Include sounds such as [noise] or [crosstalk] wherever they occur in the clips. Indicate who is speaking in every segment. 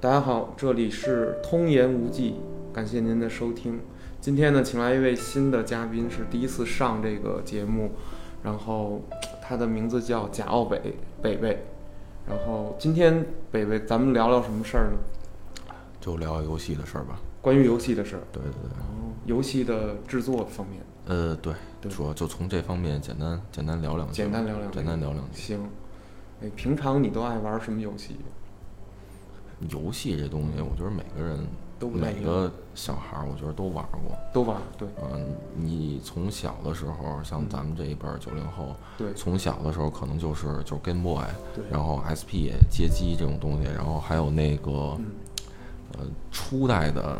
Speaker 1: 大家好，这里是通言无忌，感谢您的收听。今天呢，请来一位新的嘉宾，是第一次上这个节目，然后他的名字叫贾奥北北北。然后今天北北，咱们聊聊什么事儿呢？
Speaker 2: 就聊游戏的事儿吧。
Speaker 1: 关于游戏的事儿，
Speaker 2: 对对对，
Speaker 1: 哦游戏的制作方面，
Speaker 2: 呃，对，
Speaker 1: 对
Speaker 2: 主要就从这方面简单简单聊两句，
Speaker 1: 简单聊两句
Speaker 2: 简单聊两句。
Speaker 1: 行。哎，平常你都爱玩什么游戏？
Speaker 2: 游戏这东西，我觉得每个人
Speaker 1: 都不太
Speaker 2: 每
Speaker 1: 一样，
Speaker 2: 个小孩儿，我觉得都玩过。
Speaker 1: 都玩。对
Speaker 2: 嗯、你从小的时候，像咱们这一辈儿九零后，
Speaker 1: 对
Speaker 2: 从小的时候可能就是就是 Game Boy，
Speaker 1: 对，
Speaker 2: 然后 SP 街机这种东西，然后还有那个
Speaker 1: 嗯
Speaker 2: 呃初代的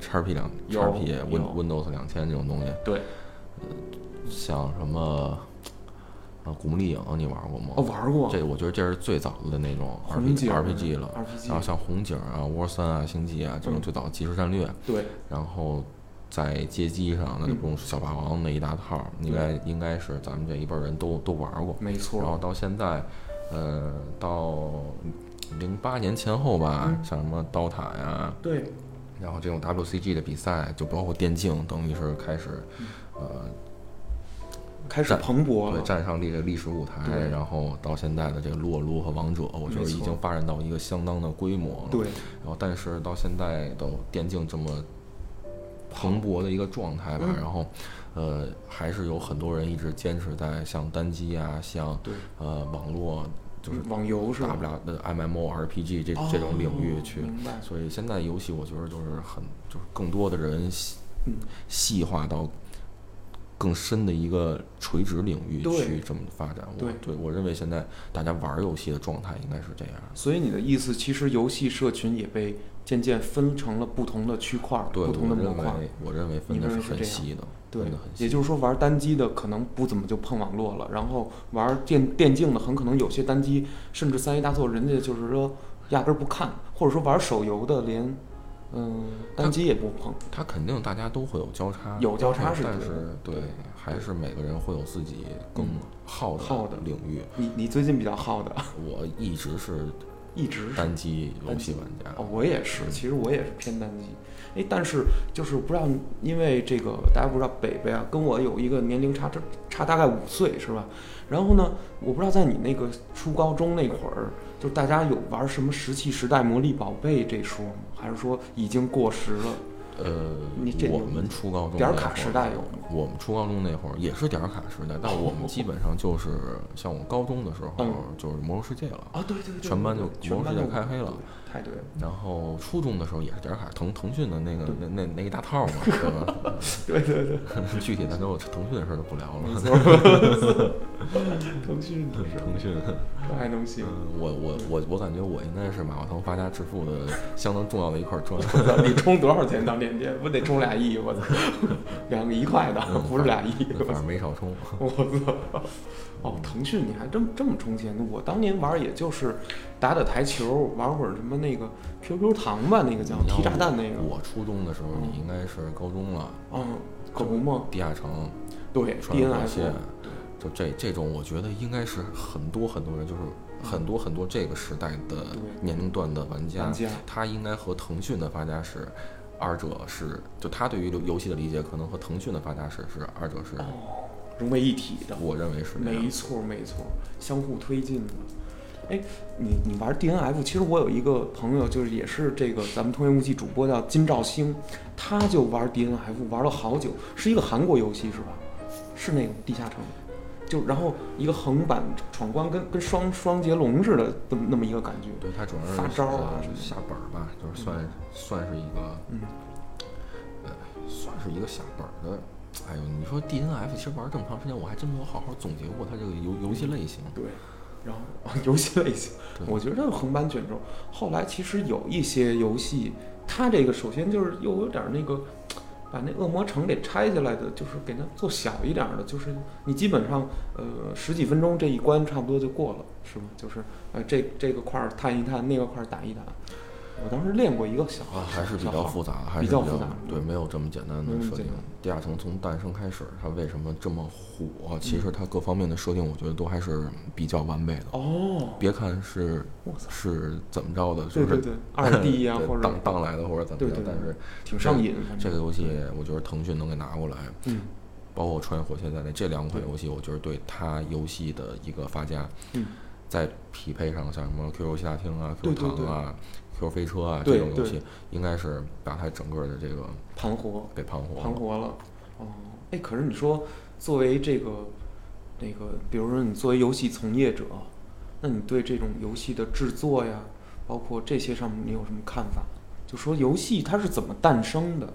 Speaker 2: XP 两
Speaker 1: 有
Speaker 2: XP
Speaker 1: 有
Speaker 2: Win Windows 两千这种东西，呃
Speaker 1: 对，
Speaker 2: 像什么呃《古墓丽影》，你玩过吗？
Speaker 1: 哦，玩过。
Speaker 2: 这我觉得这是最早的那种
Speaker 1: 红
Speaker 2: RPG
Speaker 1: 警
Speaker 2: RPG 了。
Speaker 1: ，RPG
Speaker 2: 然后像红警啊、沃三啊、星际啊这种
Speaker 1: 嗯
Speaker 2: 最早的即时战略，
Speaker 1: 对，
Speaker 2: 然后在街机上那就
Speaker 1: 嗯
Speaker 2: 不用说小霸王那一大套，应该应该是咱们这一辈儿人都都玩过。
Speaker 1: 没错。
Speaker 2: 然后到现在，呃，到零八年前后吧，
Speaker 1: 嗯
Speaker 2: 像什么刀塔呀，
Speaker 1: 对，
Speaker 2: 然后这种 WCG 的比赛，就包括电竞，等于是开始，呃，
Speaker 1: 开始
Speaker 2: 战
Speaker 1: 蓬勃
Speaker 2: 对，
Speaker 1: 嗯了。
Speaker 2: 站上历这历史舞台，
Speaker 1: 对
Speaker 2: 然后到现在的这个撸啊撸和王者，我觉得
Speaker 1: 没错
Speaker 2: 已经发展到一个相当的规模了。
Speaker 1: 对，
Speaker 2: 然后，但是到现在的电竞这么蓬勃的一个状态吧，
Speaker 1: 嗯
Speaker 2: 然后，呃，还是有很多人一直坚持在像单机啊，像
Speaker 1: 对
Speaker 2: 呃网络就是呃
Speaker 1: 网游是
Speaker 2: 大
Speaker 1: 吧
Speaker 2: 不？了的 MMORPG 这、这种领域去
Speaker 1: 哦。明白。
Speaker 2: 所以现在游戏，我觉得就是很就是更多的人细
Speaker 1: 嗯
Speaker 2: 细化到更深的一个垂直领域
Speaker 1: 对
Speaker 2: 去这么发展。我
Speaker 1: 对
Speaker 2: 对我认为现在大家玩儿游戏的状态应该是这样。
Speaker 1: 所以你的意思，其实游戏社群也被渐渐分成了不同的区块儿、
Speaker 2: 对，
Speaker 1: 不同的
Speaker 2: 我
Speaker 1: 模
Speaker 2: 认
Speaker 1: 块儿。
Speaker 2: 为我认为分
Speaker 1: 你
Speaker 2: 的
Speaker 1: 认为是
Speaker 2: 很
Speaker 1: 这样
Speaker 2: 细的，
Speaker 1: 对
Speaker 2: 分的很，细。
Speaker 1: 也就是说，玩单机的可能不怎么就碰网络了，然后玩电电竞的，很可能有些单机甚至三 A 大作，人家就是说压根儿不看，或者说玩手游的连嗯单机也不碰。
Speaker 2: 它肯定大家都会有交叉，
Speaker 1: 有交叉是
Speaker 2: 但
Speaker 1: 绝对的
Speaker 2: 是对，还是每个人会有自己更
Speaker 1: 嗯
Speaker 2: 好
Speaker 1: 好的
Speaker 2: 的领
Speaker 1: [laughs]
Speaker 2: 域。
Speaker 1: 你你最近比较好的，
Speaker 2: 我一直是
Speaker 1: 一直是
Speaker 2: 单机游
Speaker 1: 单
Speaker 2: 戏
Speaker 1: 机
Speaker 2: 玩家，
Speaker 1: 哦，我也是，
Speaker 2: 嗯
Speaker 1: 其实我也是偏单机。哎，但是就是不知道，因为这个大家不知道北北啊，跟我有一个年龄差，这差大概五岁是吧？然后呢，我不知道在你那个初高中那会儿，就是大家有玩什么《石器时代》《魔力宝贝》这说吗？还是说已经过时了？
Speaker 2: 呃
Speaker 1: 你这，
Speaker 2: 我们初高中
Speaker 1: 点儿
Speaker 2: 那
Speaker 1: 卡
Speaker 2: 会
Speaker 1: 时
Speaker 2: 儿
Speaker 1: 代有吗？
Speaker 2: 我们初高中那会儿也是点儿卡时代，但我们基本上就是像我高中的时候
Speaker 1: 嗯
Speaker 2: 就是魔兽世界了，
Speaker 1: 啊，对对对，
Speaker 2: 全班就
Speaker 1: 对全
Speaker 2: 魔
Speaker 1: 班
Speaker 2: 兽世
Speaker 1: 都
Speaker 2: 界开黑了，
Speaker 1: 对太对了，
Speaker 2: 然后初中的时候也是点儿卡，腾腾讯的那个那那那一大
Speaker 1: [laughs]
Speaker 2: 套嘛，对吧？ [laughs]
Speaker 1: 对对对，
Speaker 2: 具体咱就腾讯的事儿就不聊
Speaker 1: 没
Speaker 2: 了。
Speaker 1: 错，腾讯的事，
Speaker 2: [laughs] 腾讯，
Speaker 1: 这还能行
Speaker 2: 嗯？，我我我我感觉我应该是马化腾发家致富的 [laughs] 相当重要的一块
Speaker 1: [laughs]
Speaker 2: 砖。
Speaker 1: 我操你充多少钱当链接？不得充俩亿？我操，两个一块的，
Speaker 2: 嗯
Speaker 1: [laughs] 不是俩亿。我
Speaker 2: 反
Speaker 1: 操
Speaker 2: 正没少充。
Speaker 1: 我操！哦，腾讯你还这么这么充钱？我当年玩也就是打打台球，玩会儿什么那个 QQ 糖吧，那个叫
Speaker 2: 你要
Speaker 1: 踢炸弹那个。
Speaker 2: 我初中的时候，你应该是高中了，
Speaker 1: 嗯，可不嘛。
Speaker 2: 地下城、
Speaker 1: 对
Speaker 2: 穿越火线
Speaker 1: ，DNF。，
Speaker 2: 就这这种，我觉得应该是很多很多人，就是很多很多这个时代的
Speaker 1: 嗯对嗯
Speaker 2: 年龄段的玩
Speaker 1: 玩
Speaker 2: 家，
Speaker 1: 家
Speaker 2: 他应该和腾讯的发家史，二者是就他对于游游戏的理解，可能和腾讯的发家史是二者是，
Speaker 1: 哦，融为一体的。
Speaker 2: 我认为是这
Speaker 1: 没
Speaker 2: 样。
Speaker 1: 错，没错，相互推进的。哎，你你玩 DNF，其实我有一个朋友，就是也是这个咱们通言无忌主播叫金兆星，他就玩 DNF 玩了好久，是一个韩国游戏是吧？是那个地下城，就然后一个横版闯关跟跟双双截龙似的，那么那么一个感觉。
Speaker 2: 对他主要是
Speaker 1: 发招儿啊
Speaker 2: 呃
Speaker 1: 什么的
Speaker 2: 下本儿吧，就是算、算是一个
Speaker 1: 嗯，
Speaker 2: 呃，算是一个下本儿的。哎呦，你说 DNF 其实玩这么长时间，我还真没有好好总结过它这个游游戏类型。
Speaker 1: 对。然
Speaker 2: [laughs]
Speaker 1: 后游戏类型，
Speaker 2: 对
Speaker 1: 我觉得横版卷轴。后来其实有一些游戏，它这个首先就是又有点那个，把那恶魔城给拆下来的，就是给它做小一点儿的，就是你基本上呃十几分钟这一关差不多就过了，是吗？就是呃这这个块儿探一探，那个块儿打一打。我当时练过一个小
Speaker 2: 啊，还是比
Speaker 1: 小
Speaker 2: 较
Speaker 1: 号
Speaker 2: 复杂，还是
Speaker 1: 比较复杂嗯
Speaker 2: 对，没有这么简单
Speaker 1: 没有
Speaker 2: 的
Speaker 1: 那么
Speaker 2: 设
Speaker 1: 简
Speaker 2: 定
Speaker 1: 单。
Speaker 2: 地下城从诞生开始，它为什么这么火？
Speaker 1: 嗯
Speaker 2: 其实它各方面的设定，我觉得都还是比较完备的。
Speaker 1: 哦，
Speaker 2: 别看是
Speaker 1: 我操，
Speaker 2: 是怎么着的，就
Speaker 1: 对对
Speaker 2: 是 [laughs]
Speaker 1: 对，二 D 呀、
Speaker 2: 对
Speaker 1: 或者
Speaker 2: 荡荡来的或者怎么
Speaker 1: 对
Speaker 2: 样
Speaker 1: 对，
Speaker 2: 但是
Speaker 1: 挺上瘾，
Speaker 2: 这个游戏我觉得腾讯能给拿过来，
Speaker 1: 嗯
Speaker 2: 包括《穿越火线》在内这两款
Speaker 1: 对
Speaker 2: 游戏，我觉得对它游戏的一个发家，
Speaker 1: 嗯
Speaker 2: 再匹配上像什么 QQ 游戏大厅啊、
Speaker 1: 对
Speaker 2: Q
Speaker 1: 对
Speaker 2: 堂啊、Q 飞车啊
Speaker 1: 对
Speaker 2: 这种游
Speaker 1: 对
Speaker 2: 戏，应该是把它整个的这个
Speaker 1: 盘活，
Speaker 2: 给盘活
Speaker 1: 盘
Speaker 2: 了。
Speaker 1: 活了。哦，哎，可是你说，作为这个，那个，比如说你作为游戏从业者，那你对这种游戏的制作呀，包括这些上面，你有什么看法？就说游戏它是怎么诞生的？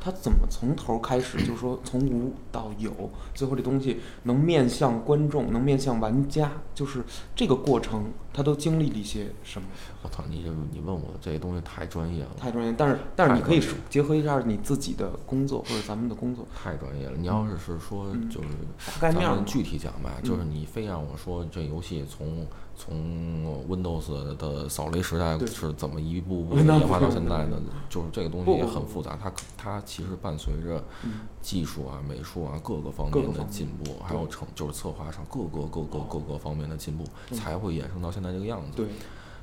Speaker 1: 它怎么从头开始？
Speaker 2: [coughs]
Speaker 1: 就是说从无到有，最后这东西能面向观众，能面向玩家，就是这个过程，它都经历了一些什么？
Speaker 2: 我操，你这你问我这些东西太专业了，
Speaker 1: 太专业，但是但是你
Speaker 2: 太
Speaker 1: 可以
Speaker 2: 专业
Speaker 1: 说结合一下你自己的工作或者咱们的工作，
Speaker 2: 太专业了。你要是是说
Speaker 1: 嗯
Speaker 2: 就是
Speaker 1: 大概
Speaker 2: 咱
Speaker 1: 面儿
Speaker 2: 们
Speaker 1: 嘛。
Speaker 2: 具体讲吧，就是
Speaker 1: 嗯
Speaker 2: 你非让我说这游戏从从 Windows 的扫雷时代
Speaker 1: 对
Speaker 2: 是怎么一步步
Speaker 1: 那
Speaker 2: 演
Speaker 1: 不
Speaker 2: 化到
Speaker 1: 用
Speaker 2: 现
Speaker 1: 不
Speaker 2: 在
Speaker 1: 用
Speaker 2: 的，就是这个东西
Speaker 1: 不
Speaker 2: 也
Speaker 1: 不
Speaker 2: 很
Speaker 1: 不
Speaker 2: 复杂。它它其实伴随着
Speaker 1: 嗯
Speaker 2: 技术啊、美术啊各个方
Speaker 1: 各个
Speaker 2: 面的
Speaker 1: 方面
Speaker 2: 进步，还
Speaker 1: 对
Speaker 2: 有成就是策划上各个各个各个方面的进步，
Speaker 1: 嗯
Speaker 2: 才会衍生到现在这个样子。
Speaker 1: 对，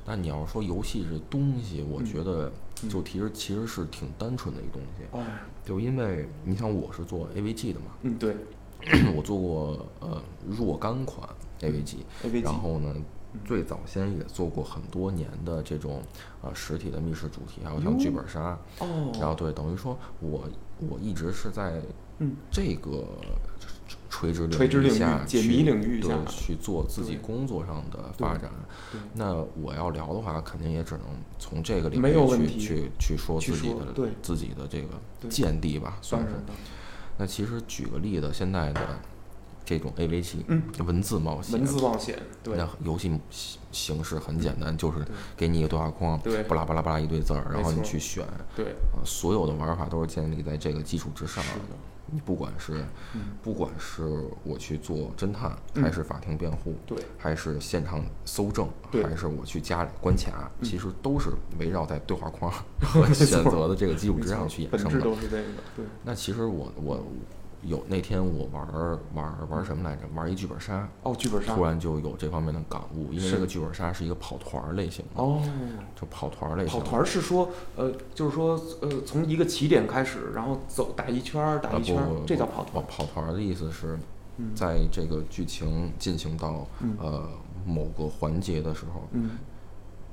Speaker 2: 但你要是说游戏这东西，我
Speaker 1: 嗯
Speaker 2: 觉得
Speaker 1: 嗯
Speaker 2: 就其实其实是挺单纯的一个东西，
Speaker 1: 哦，
Speaker 2: 就因为你想我是做 AVG 的嘛，
Speaker 1: 嗯，对
Speaker 2: [clears throat] 我做过呃若干款 AVG，
Speaker 1: ，AVG，
Speaker 2: 然后呢
Speaker 1: 嗯，
Speaker 2: 最早先也做过很多年的这种呃实体的密室主题，还有像剧本杀，
Speaker 1: 哦，
Speaker 2: 然后对，等于说我我一直是在
Speaker 1: 嗯
Speaker 2: 这个垂直
Speaker 1: 垂直
Speaker 2: 领
Speaker 1: 领
Speaker 2: 下
Speaker 1: 域、解
Speaker 2: 去
Speaker 1: 谜领域
Speaker 2: 对
Speaker 1: 下，
Speaker 2: 去做自己
Speaker 1: 对
Speaker 2: 工作上的发展。
Speaker 1: 对
Speaker 2: 那我要聊的话，肯定也只能从这个领
Speaker 1: 没有问
Speaker 2: 域去
Speaker 1: 题
Speaker 2: 去去说
Speaker 1: 去
Speaker 2: 自己
Speaker 1: 说
Speaker 2: 的嗯
Speaker 1: 对
Speaker 2: 自己的这个
Speaker 1: 对
Speaker 2: 见地吧，算
Speaker 1: 算
Speaker 2: 是
Speaker 1: 是。的，
Speaker 2: 那其实举个例子，现在的这种 AVG
Speaker 1: 嗯，
Speaker 2: 文字冒险，
Speaker 1: 文字冒险，对嗯
Speaker 2: 那游戏形形式很简单，就是
Speaker 1: 对
Speaker 2: 给你一个对话框，
Speaker 1: 对
Speaker 2: 巴拉巴拉巴拉一堆字儿，
Speaker 1: 没
Speaker 2: 然后你
Speaker 1: 错
Speaker 2: 去选。
Speaker 1: 对，
Speaker 2: 呃所有的玩法都是建立在这个基础之上
Speaker 1: 是
Speaker 2: 的。
Speaker 1: 的，
Speaker 2: 你不管是
Speaker 1: 嗯，
Speaker 2: 不管是我去做侦探，
Speaker 1: 嗯
Speaker 2: 还是法庭辩护，
Speaker 1: 对，
Speaker 2: 还是现场搜证，
Speaker 1: 对
Speaker 2: 还是我去家里关卡，
Speaker 1: 嗯
Speaker 2: 其实都是围绕在对
Speaker 1: [laughs]
Speaker 2: 话框和选择的这个基础
Speaker 1: 没
Speaker 2: 之
Speaker 1: 错
Speaker 2: 上去衍
Speaker 1: 本
Speaker 2: 生
Speaker 1: 质
Speaker 2: 的。
Speaker 1: 都是这个，对，
Speaker 2: 那其实我我有那天我玩儿玩儿玩儿什么来着？玩儿一剧本杀，
Speaker 1: 哦，剧本杀
Speaker 2: 突，然就有这方面的感悟，因为
Speaker 1: 是
Speaker 2: 这个剧本杀是一个跑团儿类型的，
Speaker 1: 哦，
Speaker 2: 就跑团儿类型
Speaker 1: 跑
Speaker 2: 的。
Speaker 1: 团儿是说，呃，就是说，呃，从一个起点开始，然后走打一圈儿，打
Speaker 2: 啊
Speaker 1: 一圈
Speaker 2: 不
Speaker 1: 儿
Speaker 2: 不，
Speaker 1: 这叫跑团
Speaker 2: 跑，跑团儿的意思是
Speaker 1: 嗯
Speaker 2: 在这个剧情进行到
Speaker 1: 嗯
Speaker 2: 呃某个环节的时候，
Speaker 1: 嗯，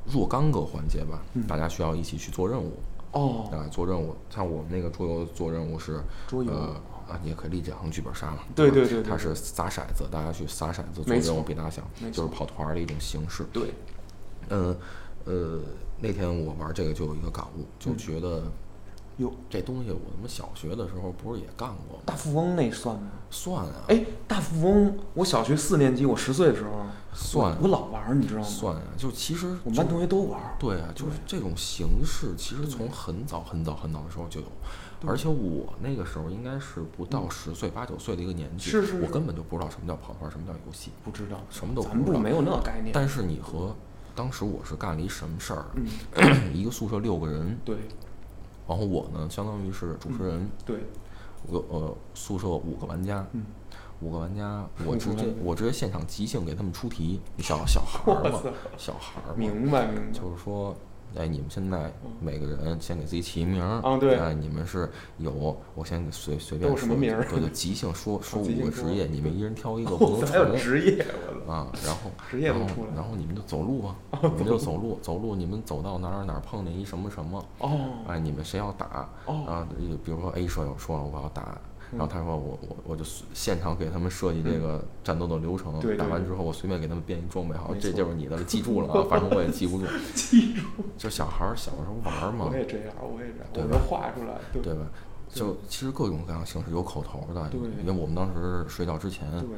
Speaker 2: 若干个环节吧
Speaker 1: 嗯，
Speaker 2: 大家需要一起去做任务
Speaker 1: 哦，
Speaker 2: 啊，做任务。像我们那个桌游做任务是
Speaker 1: 桌游，
Speaker 2: 呃啊，也可以理解成剧本杀嘛，
Speaker 1: 对
Speaker 2: 吧
Speaker 1: 对对对
Speaker 2: 它是撒骰子，大家去撒骰子做
Speaker 1: 没错
Speaker 2: 任务，比大家想
Speaker 1: 没
Speaker 2: 就
Speaker 1: 错，
Speaker 2: 是跑团儿的一种形式。
Speaker 1: 对，
Speaker 2: 嗯，呃，那天我玩这个就有一个感悟，就
Speaker 1: 嗯
Speaker 2: 觉得
Speaker 1: 哟，
Speaker 2: 这东西我他妈小学的时候不是也干过吗？
Speaker 1: 大富翁那算吗？
Speaker 2: 算啊，
Speaker 1: 哎，大富翁，我小学四年级，我十岁的时候，啊
Speaker 2: 算
Speaker 1: 我老玩儿，你知道吗？
Speaker 2: 算啊，就其实
Speaker 1: 我们
Speaker 2: 就
Speaker 1: 班同学都玩儿。
Speaker 2: 对啊，就是这种形式，其实从很早很早很早的时候就有，而且我那个时候应该是不到十岁八九岁的一个年纪，
Speaker 1: 是是
Speaker 2: 我
Speaker 1: 是
Speaker 2: 根本就不知道什么叫跑团，什么叫游戏，
Speaker 1: 不知道，
Speaker 2: 什么都
Speaker 1: 咱们
Speaker 2: 不知
Speaker 1: 部
Speaker 2: 道。
Speaker 1: 没有那概念。
Speaker 2: 但是你和当时我是干了一什么
Speaker 1: [clears throat]
Speaker 2: 事儿？
Speaker 1: 嗯，
Speaker 2: 一个宿舍六个人，
Speaker 1: 对
Speaker 2: 然后我呢，相当于是主持人，
Speaker 1: 对，
Speaker 2: 我呃宿舍五个玩家，
Speaker 1: 嗯
Speaker 2: 五个玩家，
Speaker 1: 五
Speaker 2: 我
Speaker 1: 个
Speaker 2: 直接
Speaker 1: 玩家
Speaker 2: 我直接现场即兴给他们出题，小小孩
Speaker 1: 我
Speaker 2: 儿嘛
Speaker 1: 操，
Speaker 2: 小孩儿嘛，
Speaker 1: 明白明
Speaker 2: [laughs]
Speaker 1: 白。
Speaker 2: 就是说，哎，你们现在
Speaker 1: 嗯
Speaker 2: 每个人先给自己起一名儿，
Speaker 1: 啊对
Speaker 2: 哎，你们是有，我先给随随
Speaker 1: 都
Speaker 2: 便
Speaker 1: 有什么
Speaker 2: 说
Speaker 1: 名儿啊
Speaker 2: 对，就即兴说说
Speaker 1: 即
Speaker 2: 五
Speaker 1: 兴
Speaker 2: 个职
Speaker 1: 说
Speaker 2: 业，你们一人挑一个不
Speaker 1: 我
Speaker 2: 能
Speaker 1: 操还有
Speaker 2: 重
Speaker 1: 职业，我操，
Speaker 2: 啊，
Speaker 1: [laughs]
Speaker 2: 然后
Speaker 1: 职业
Speaker 2: 然
Speaker 1: 都
Speaker 2: 后
Speaker 1: 出来哦了。
Speaker 2: 然后你们就走路吧，你们就走路走路，你们走到哪儿哪儿碰见一什么什么，
Speaker 1: 哦
Speaker 2: 哎，你们谁要打？
Speaker 1: 哦，
Speaker 2: 啊，比如说 A 舍友说我要打，然后
Speaker 1: 嗯
Speaker 2: 他说我我我就随现场给他们设计这个战斗的流程，
Speaker 1: 对对
Speaker 2: 打完
Speaker 1: 对
Speaker 2: 之后我随便给他们变一装备，好，
Speaker 1: 没
Speaker 2: 这
Speaker 1: 错
Speaker 2: 就是你的了，记住了啊，反正我也记不住， [laughs] 记住，就小孩儿小时候玩儿嘛
Speaker 1: 我，也这样，我也这样，
Speaker 2: 对
Speaker 1: 我
Speaker 2: 吧
Speaker 1: 能画出来。对
Speaker 2: 对吧？
Speaker 1: 对
Speaker 2: 就其实各种各样形式，有口头儿的，
Speaker 1: 对
Speaker 2: 因为我们当时睡觉之前
Speaker 1: 对，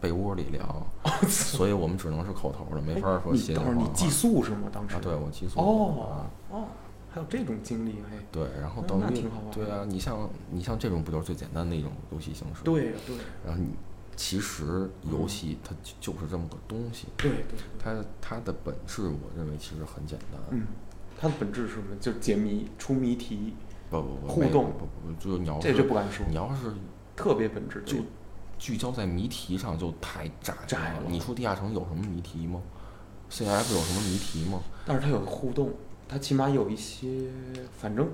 Speaker 2: 被窝里
Speaker 1: [laughs]
Speaker 2: 聊，所以我们只能是口头儿的，没法儿说
Speaker 1: 哎你
Speaker 2: 写
Speaker 1: 等会儿
Speaker 2: 点
Speaker 1: 你
Speaker 2: 话
Speaker 1: 寄宿是吗？当时
Speaker 2: 啊，对我寄宿
Speaker 1: 哦
Speaker 2: 啊
Speaker 1: 哦，还有这种经历，嘿，
Speaker 2: 对，然后
Speaker 1: 那
Speaker 2: 哦等
Speaker 1: 那
Speaker 2: 于
Speaker 1: 挺好玩
Speaker 2: 对
Speaker 1: 的
Speaker 2: 啊，你像你像这种不就是最简单的一种游戏形式？
Speaker 1: 对对
Speaker 2: 然后你其实游戏它就就是这么个东西，
Speaker 1: 对对，对
Speaker 2: 它它的本质我认为其实很简单，
Speaker 1: 嗯，它的本质是什么？就是解谜、出谜题，
Speaker 2: 不不不，
Speaker 1: 互
Speaker 2: 没有
Speaker 1: 动
Speaker 2: 不不不，就你要
Speaker 1: 这就是不敢说，
Speaker 2: 你要哦是
Speaker 1: 特别本质的
Speaker 2: 就
Speaker 1: 一个
Speaker 2: 聚焦在谜题上就太窄
Speaker 1: 窄
Speaker 2: 了
Speaker 1: 了。
Speaker 2: 你说地下城有什么谜题吗？CF 有什么谜题吗？
Speaker 1: 但是它有互动，它起码有一些，反正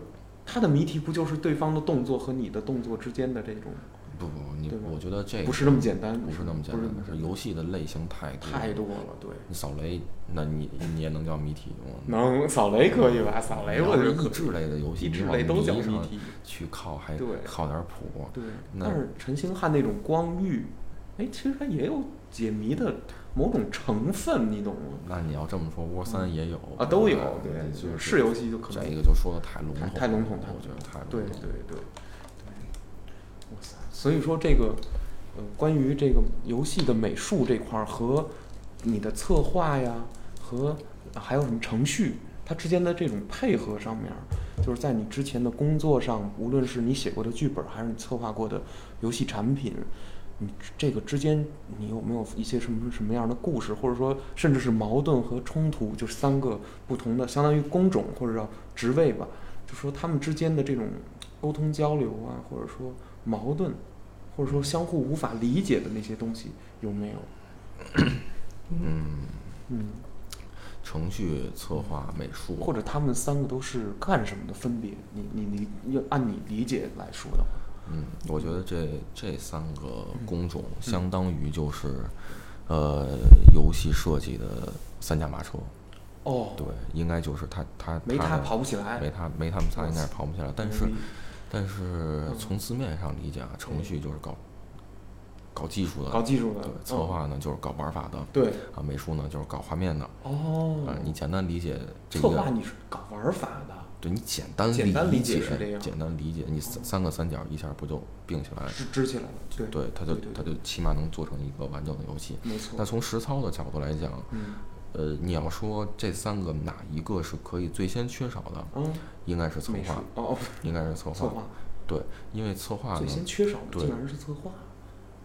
Speaker 1: 它的谜题不就是对方的动作和你的动作之间的这种，
Speaker 2: 不不，不你
Speaker 1: 对吧
Speaker 2: 我觉得这个
Speaker 1: 不是那么简单，
Speaker 2: 不是那么简
Speaker 1: 不
Speaker 2: 单的事，游戏的类型太多了
Speaker 1: 太多了，对。
Speaker 2: 你扫雷，那你你也能叫谜题吗？
Speaker 1: 能扫雷可以
Speaker 2: 嗯
Speaker 1: 吧？扫雷
Speaker 2: 你
Speaker 1: 我
Speaker 2: 要
Speaker 1: 觉
Speaker 2: 是
Speaker 1: 得
Speaker 2: 益智类的游戏，
Speaker 1: 益
Speaker 2: 你
Speaker 1: 智
Speaker 2: 往
Speaker 1: 类都叫
Speaker 2: 迷
Speaker 1: 谜
Speaker 2: 上
Speaker 1: 题，
Speaker 2: 去靠还
Speaker 1: 对
Speaker 2: 靠点谱，
Speaker 1: 对。
Speaker 2: 那
Speaker 1: 但是陈星汉那种光遇，哎，其实它也有解谜的某种成分，你懂吗？
Speaker 2: 那你要这么说，窝三也有呃
Speaker 1: 啊，都有，
Speaker 2: 吧
Speaker 1: 对，
Speaker 2: 就是
Speaker 1: 游戏就可
Speaker 2: 这
Speaker 1: 能，
Speaker 2: 个就说的太笼
Speaker 1: 太
Speaker 2: 统了，
Speaker 1: 太笼统太
Speaker 2: 我觉得太笼
Speaker 1: 对
Speaker 2: 统
Speaker 1: 对
Speaker 2: 了。
Speaker 1: 对对。哇塞！所以说这个，呃，关于这个游戏的美术这块儿和你的策划呀，和还有什么程序，它之间的这种配合上面儿，就是在你之前的工作上，无论是你写过的剧本，还是你策划过的游戏产品，你这个之间你有没有一些什么什么样的故事，或者说甚至是矛盾和冲突，就是三个不同的，相当于工种或者叫职位吧，就说他们之间的这种沟通交流啊，或者说矛盾，或者说相互无法理解的那些东西，有没有？
Speaker 2: 嗯，
Speaker 1: 嗯，
Speaker 2: 程序、策划、美术，
Speaker 1: 或者他们三个都是干什么的分别？你你你要按你理解来说的话，
Speaker 2: 嗯，我觉得这这三个
Speaker 1: 嗯
Speaker 2: 工种相当于就是，呃，游戏设计的三驾马车。
Speaker 1: 哦，
Speaker 2: 对，应该就是他他
Speaker 1: 没
Speaker 2: 他
Speaker 1: 他
Speaker 2: 的
Speaker 1: 跑不起来，
Speaker 2: 没他没他们仨应该是跑不起来。但是
Speaker 1: 牛逼
Speaker 2: 但是
Speaker 1: 嗯
Speaker 2: 从字面上理解啊，程序就是搞搞技术
Speaker 1: 搞
Speaker 2: 的，
Speaker 1: 技术
Speaker 2: 对
Speaker 1: 的，，嗯
Speaker 2: 策划呢就是搞玩法的，
Speaker 1: 对，
Speaker 2: 啊，美术呢就是搞画面的。
Speaker 1: 哦，
Speaker 2: 啊，你简单理解这
Speaker 1: 策划
Speaker 2: 个，
Speaker 1: 你是搞玩法的，
Speaker 2: 对你简单
Speaker 1: 简单理解
Speaker 2: 解
Speaker 1: 是这样
Speaker 2: 简单理解，你三三个三角一下不就并起来？
Speaker 1: 是支起来了，对，
Speaker 2: 哎对，它就
Speaker 1: 对对
Speaker 2: 它就起码能做成一个完整的游戏。
Speaker 1: 没错，
Speaker 2: 那从实操的角度来讲，
Speaker 1: 嗯
Speaker 2: 呃，你要说这三个哪一个是可以最先缺少的，
Speaker 1: 嗯，
Speaker 2: 应该是策
Speaker 1: 美术
Speaker 2: 划，
Speaker 1: 哦，
Speaker 2: 应该是策
Speaker 1: 策
Speaker 2: 划，
Speaker 1: 划
Speaker 2: 因为策划
Speaker 1: 最
Speaker 2: 呢，
Speaker 1: 先缺少的
Speaker 2: 对
Speaker 1: 竟然是策划，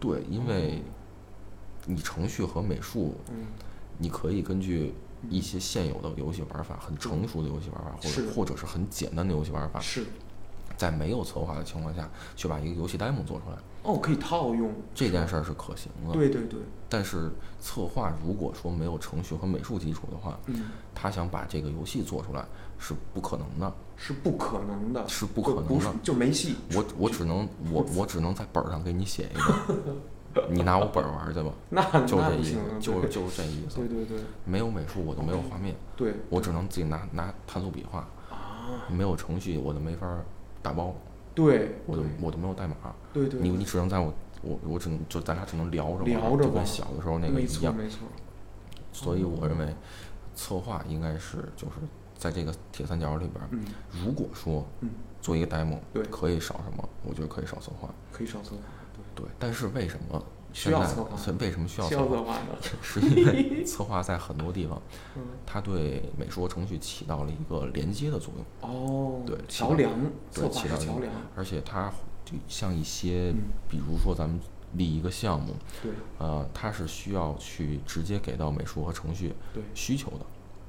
Speaker 2: 对，因为你程序和美术，
Speaker 1: 嗯，
Speaker 2: 你可以根据一些现有的游戏玩法，很成熟的游戏玩法，或
Speaker 1: 是
Speaker 2: 者或者是很简单的游戏玩法，
Speaker 1: 是
Speaker 2: 在没有策划的情况下，去把一个游戏 demo 做出来，
Speaker 1: 哦，可以套用
Speaker 2: 这件事儿是可行的。
Speaker 1: 对对对，
Speaker 2: 但是策划如果说没有程序和美术基础的话，
Speaker 1: 嗯，
Speaker 2: 他想把这个游戏做出来是不可能的，
Speaker 1: 是不可能的，
Speaker 2: 是不可
Speaker 1: 就不
Speaker 2: 能
Speaker 1: 是
Speaker 2: 的。
Speaker 1: 就没戏。
Speaker 2: 我我只能我我只能在本儿上给你写一个，你拿我本儿玩儿去吧，
Speaker 1: 那
Speaker 2: 就
Speaker 1: 那
Speaker 2: 这
Speaker 1: 不
Speaker 2: 意
Speaker 1: 行
Speaker 2: 思
Speaker 1: 啊，，
Speaker 2: 就
Speaker 1: 对
Speaker 2: 就是这意思
Speaker 1: 对。对对
Speaker 2: 没有美术我就没有画面，
Speaker 1: 对
Speaker 2: 我只能自己拿拿碳素笔画，
Speaker 1: 啊，
Speaker 2: 没有程序我就没法儿打包，
Speaker 1: 对，
Speaker 2: 我就我就没有代码，
Speaker 1: 对对，
Speaker 2: 你你只能在我我我只能就咱俩只能聊着玩儿
Speaker 1: 聊着玩
Speaker 2: 就
Speaker 1: 儿
Speaker 2: 跟小的时候那个
Speaker 1: 没
Speaker 2: 一
Speaker 1: 错
Speaker 2: 样。
Speaker 1: 没错，
Speaker 2: 所以我认
Speaker 1: 哦
Speaker 2: 为，策划应该是就是在这个铁三角里边儿，
Speaker 1: 嗯，
Speaker 2: 如果说
Speaker 1: 嗯
Speaker 2: 做一个 demo，
Speaker 1: 对
Speaker 2: 可以少什么？我觉得可以少策划。
Speaker 1: 可以少策划，
Speaker 2: 对，但是为什么
Speaker 1: 需
Speaker 2: 现
Speaker 1: 要
Speaker 2: 在
Speaker 1: 策划
Speaker 2: 是为什么需要
Speaker 1: 需
Speaker 2: 策
Speaker 1: 要
Speaker 2: 划？
Speaker 1: 策划的，
Speaker 2: 是
Speaker 1: [laughs]
Speaker 2: 因为策划在很多地方，
Speaker 1: 嗯，
Speaker 2: 它对美术和程序起到了一个连接的作用，
Speaker 1: 哦，
Speaker 2: 对起
Speaker 1: 桥
Speaker 2: 到
Speaker 1: 梁，策划
Speaker 2: 对起
Speaker 1: 是
Speaker 2: 到一
Speaker 1: 桥
Speaker 2: 个
Speaker 1: 梁，
Speaker 2: 而且它就像一些，
Speaker 1: 嗯，
Speaker 2: 比如说咱们立一个项目，
Speaker 1: 对，
Speaker 2: 呃，它是需要去直接给到美术和程序
Speaker 1: 对
Speaker 2: 需求的。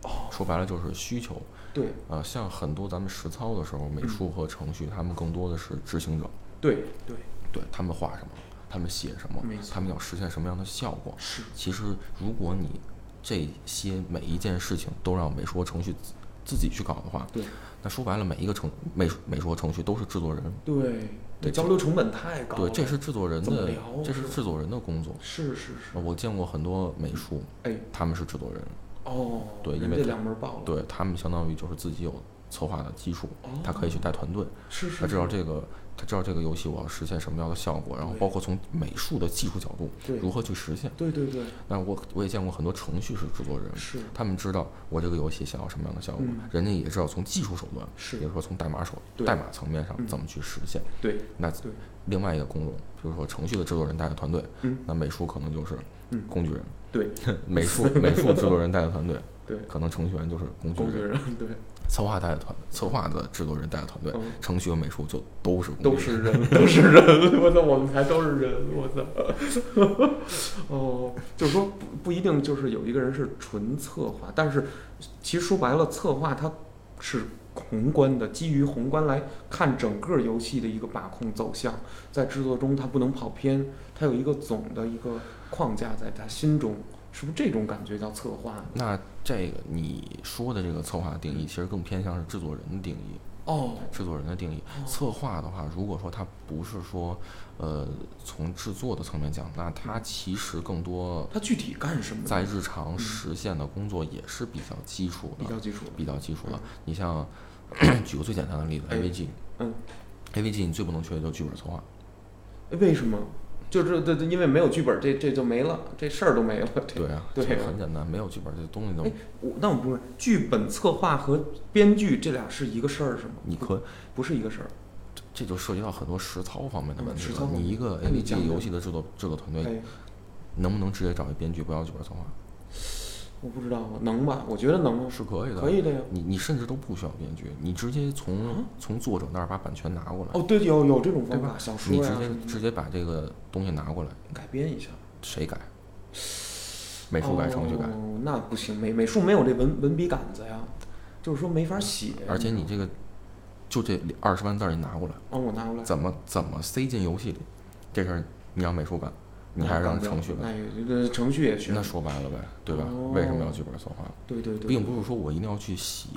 Speaker 1: 哦，
Speaker 2: 说白了就是需求，
Speaker 1: 对
Speaker 2: 呃，像很多咱们实操的时候，美术和程序他们更多的是执行者，
Speaker 1: 对对，
Speaker 2: 对他们画什么，他们写什么
Speaker 1: 没，错
Speaker 2: 他们要实现什么样的效果。
Speaker 1: 是
Speaker 2: 其实，如果你这些每一件事情都让美术和程序自自己去搞的话，
Speaker 1: 对，
Speaker 2: 那说白了，每一个程美术美术和程序都是制作人，
Speaker 1: 对，
Speaker 2: 对
Speaker 1: 交流成本太高了，
Speaker 2: 对，这是制作人
Speaker 1: 怎么
Speaker 2: 的
Speaker 1: 聊，
Speaker 2: 这是制作人的工作。
Speaker 1: 是是是，
Speaker 2: 呃我见过很多美术，
Speaker 1: 哎，
Speaker 2: 他们是制作人，
Speaker 1: 哦，
Speaker 2: 对因
Speaker 1: 人
Speaker 2: 为
Speaker 1: 这
Speaker 2: 他
Speaker 1: 两门儿爆了，
Speaker 2: 对他们相当于就是自己有策划的基础，
Speaker 1: 哦，
Speaker 2: 他可以去带团队。
Speaker 1: 是是，
Speaker 2: 他知道
Speaker 1: 是
Speaker 2: 这个，他知道这个游戏我要实现什么样的效果，然后
Speaker 1: 对
Speaker 2: 包括从美术的技术角度
Speaker 1: 对
Speaker 2: 如嗯何去实现。
Speaker 1: 对对对，
Speaker 2: 那我我也见过很多程序是制作人，
Speaker 1: 是
Speaker 2: 他们知道我这个游戏想要什么样的效果，
Speaker 1: 嗯
Speaker 2: 人家也知道从技术手段，
Speaker 1: 是
Speaker 2: 比如说从代码手
Speaker 1: 对
Speaker 2: 代码层面
Speaker 1: 嗯
Speaker 2: 上怎么去实现。
Speaker 1: 对
Speaker 2: 那
Speaker 1: 对
Speaker 2: 另外一个工种，比如说程序的制作人带的团队，
Speaker 1: 嗯
Speaker 2: 那美术可能就是
Speaker 1: 嗯
Speaker 2: 工具人，
Speaker 1: 对
Speaker 2: 美术美术制作人带的团队，
Speaker 1: [laughs] 对，
Speaker 2: 可能程序员就是工具
Speaker 1: 工具
Speaker 2: 人，
Speaker 1: 人，对，
Speaker 2: 策划带的团策划的制作人带的团队，
Speaker 1: 嗯
Speaker 2: 程序和美术就都是工具
Speaker 1: 都
Speaker 2: 人
Speaker 1: 是人，都是人， [laughs] 我操，我们才都是人，我操， [laughs] 哦，就是说不不一定就是有一个人是纯策划，但是其实说白了，策划它是宏观的，基于宏观来看整个游戏的一个把控走向，在制作中它不能跑偏，它有一个总的一个框架在他心中，是不是这种感觉叫策划？
Speaker 2: 那这个你说的这个策划定义，其实更偏向是制作人的定义。
Speaker 1: 哦，
Speaker 2: 制作人的定义，策划的话，如果说它不是说，呃，从制作的层面讲，那它其实更多
Speaker 1: 它具体干什么呢？
Speaker 2: 在日常实现的工作也是比较基础
Speaker 1: 嗯比
Speaker 2: 的，
Speaker 1: 较基础的，
Speaker 2: 比较基础的。
Speaker 1: [clears throat]
Speaker 2: 你像，举个最简单的例子
Speaker 1: 哎
Speaker 2: ，AVG，
Speaker 1: 嗯
Speaker 2: ，AVG 你最不能缺的就是剧本策划，
Speaker 1: 哎为什么？就这这这，因为没有剧本，这这就没了，这事儿都没了。这
Speaker 2: 对啊，
Speaker 1: 对
Speaker 2: 这个很简单，没有剧本这东西都
Speaker 1: 哎，我那我不是剧本策划和编剧这俩是一个事儿是吗？
Speaker 2: 你可
Speaker 1: 不是一个事儿。
Speaker 2: 这就涉及到很多实操方面的
Speaker 1: 嗯
Speaker 2: 问题
Speaker 1: 实
Speaker 2: 了
Speaker 1: 操。方
Speaker 2: 你
Speaker 1: 面
Speaker 2: 一个
Speaker 1: 那你讲
Speaker 2: AVG 游
Speaker 1: 讲
Speaker 2: 戏的制作制作团队，
Speaker 1: 哎，
Speaker 2: 能不能直接找一编剧，不要剧本策划？
Speaker 1: 我不知道，能吧？我觉得能，啊
Speaker 2: 是可以的，
Speaker 1: 可以的呀。
Speaker 2: 你你甚至都不需要编剧，你直接从从作者那儿把版权拿过来，
Speaker 1: 哦，对，有有这种
Speaker 2: 对
Speaker 1: 方
Speaker 2: 吧
Speaker 1: 法，小说
Speaker 2: 你
Speaker 1: 呀
Speaker 2: 直
Speaker 1: 什么
Speaker 2: 接
Speaker 1: 的
Speaker 2: 直接把这个东西拿过来，
Speaker 1: 改编一下，
Speaker 2: 谁改？美术改、程序改，
Speaker 1: 哦那不行，美美术没有这文文笔杆子呀，就是说没法写。
Speaker 2: 嗯而且你这个就这二十万字儿你拿过来，
Speaker 1: 哦，我拿过来，
Speaker 2: 怎么怎么塞进游戏里？这事儿你让美术干，你还是让程序干？
Speaker 1: 哎，那程序也学
Speaker 2: 那，说白了呗，对吧？
Speaker 1: 哦
Speaker 2: 为什么要剧本策划？
Speaker 1: 对对对，
Speaker 2: 并不是说我一定要去写，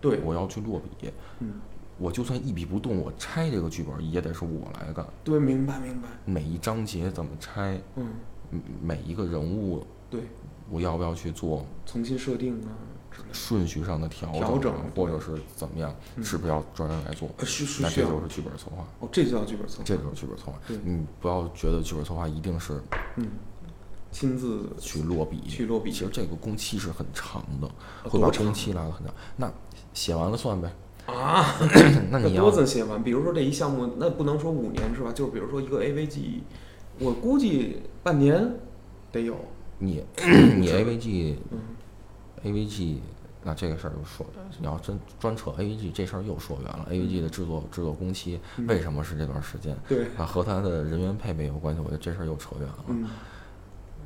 Speaker 1: 对
Speaker 2: 我要去落笔，
Speaker 1: 嗯，
Speaker 2: 我就算一笔不动，我拆这个剧本也得是我来干，
Speaker 1: 对，明白明白，
Speaker 2: 每一章节怎么拆，
Speaker 1: 嗯，
Speaker 2: 嗯每一个人物
Speaker 1: 对，
Speaker 2: 我要不要去做
Speaker 1: 重新设定啊之类的，
Speaker 2: 顺序上的调整啊，
Speaker 1: 调整
Speaker 2: 或者是怎么样，
Speaker 1: 嗯
Speaker 2: 是不是要专人来做？
Speaker 1: 呃需需
Speaker 2: 那
Speaker 1: 需
Speaker 2: 这
Speaker 1: 要
Speaker 2: 就是剧本策划，
Speaker 1: 哦，这就叫剧本策划，
Speaker 2: 这就是剧本策划。
Speaker 1: 对
Speaker 2: 你不要觉得剧本策划一定是
Speaker 1: 嗯，亲自
Speaker 2: 去落笔，
Speaker 1: 去落笔
Speaker 2: 其实这个工期是很长的，
Speaker 1: 呃
Speaker 2: 会把
Speaker 1: 多长
Speaker 2: 工期拉得很长。那写完了算呗，
Speaker 1: 啊，
Speaker 2: 那你要
Speaker 1: 多怎写完？比如说这一项目，那不能说五年是吧？就是比如说一个 AVG，我估计半年得有，
Speaker 2: 你
Speaker 1: [clears throat]
Speaker 2: 你 AVG
Speaker 1: 嗯
Speaker 2: AVG，那这个事儿就说，你要真专扯 AVG 这事儿又说远了。AVG 的制作制作工期
Speaker 1: 嗯
Speaker 2: 为什么是这段时间？
Speaker 1: 对，
Speaker 2: 啊，和它的人员配备有关系，我觉得这事儿又扯远了。
Speaker 1: 嗯，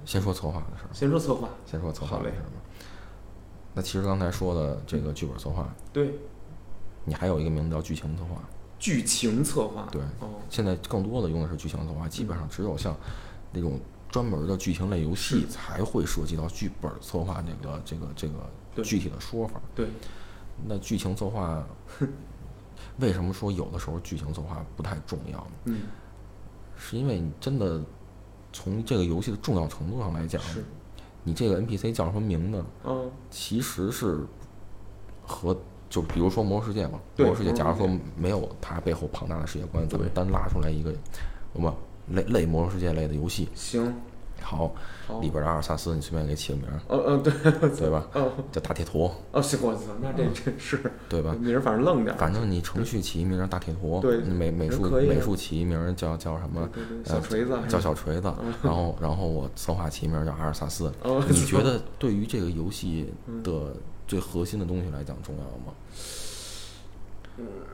Speaker 2: 先说策划的事儿，
Speaker 1: 先说策划，
Speaker 2: 先说策划
Speaker 1: 好
Speaker 2: 的
Speaker 1: 嘞
Speaker 2: 事儿吧。那其实刚才说的这个剧本策划，
Speaker 1: 对，
Speaker 2: 你还有一个名字叫剧情策划。
Speaker 1: 剧情策划，
Speaker 2: 对，
Speaker 1: 哦，
Speaker 2: 现在更多的用的是剧情策划，基本上只有像那种专门的剧情类游戏才会涉及到剧本策划这个这个这个
Speaker 1: 对
Speaker 2: 具体的说法。
Speaker 1: 对，
Speaker 2: 那剧情
Speaker 1: [laughs]
Speaker 2: 策划，为什么说有的时候剧情策划不太重要呢？
Speaker 1: 嗯，
Speaker 2: 是因为你真的从这个游戏的重要程度上来讲，
Speaker 1: 是，
Speaker 2: 你这个 NPC 叫什么名字，
Speaker 1: 嗯，
Speaker 2: 其实是和就比如说《魔兽世界》吧，《
Speaker 1: 对
Speaker 2: 魔兽世界》
Speaker 1: 魔兽
Speaker 2: 假如
Speaker 1: 世界
Speaker 2: 说没有它背后庞大的世界观，咱们
Speaker 1: 对
Speaker 2: 单拉出来一个，我们类类《魔兽世界》类的游戏，
Speaker 1: 行，
Speaker 2: 好，
Speaker 1: 好
Speaker 2: 里，边的阿尔萨斯你随便给起个名儿，
Speaker 1: 呃呃，对，
Speaker 2: 对吧？
Speaker 1: 哦
Speaker 2: 叫大铁坨，
Speaker 1: 哦，行，我操，那这真是
Speaker 2: 对嗯吧？
Speaker 1: 名儿反正愣点儿，
Speaker 2: 反正你程序起一名叫大铁坨，
Speaker 1: 对
Speaker 2: 美美术
Speaker 1: 可以啊
Speaker 2: 美术起一名叫叫什么？
Speaker 1: 对对对小
Speaker 2: 呃
Speaker 1: 锤子还是
Speaker 2: 叫小锤子
Speaker 1: 嗯，
Speaker 2: 然后然后我策划起一名叫阿尔萨斯。
Speaker 1: 哦，
Speaker 2: 你觉得对于这个游戏
Speaker 1: 嗯
Speaker 2: 的最核心的东西来讲重要吗？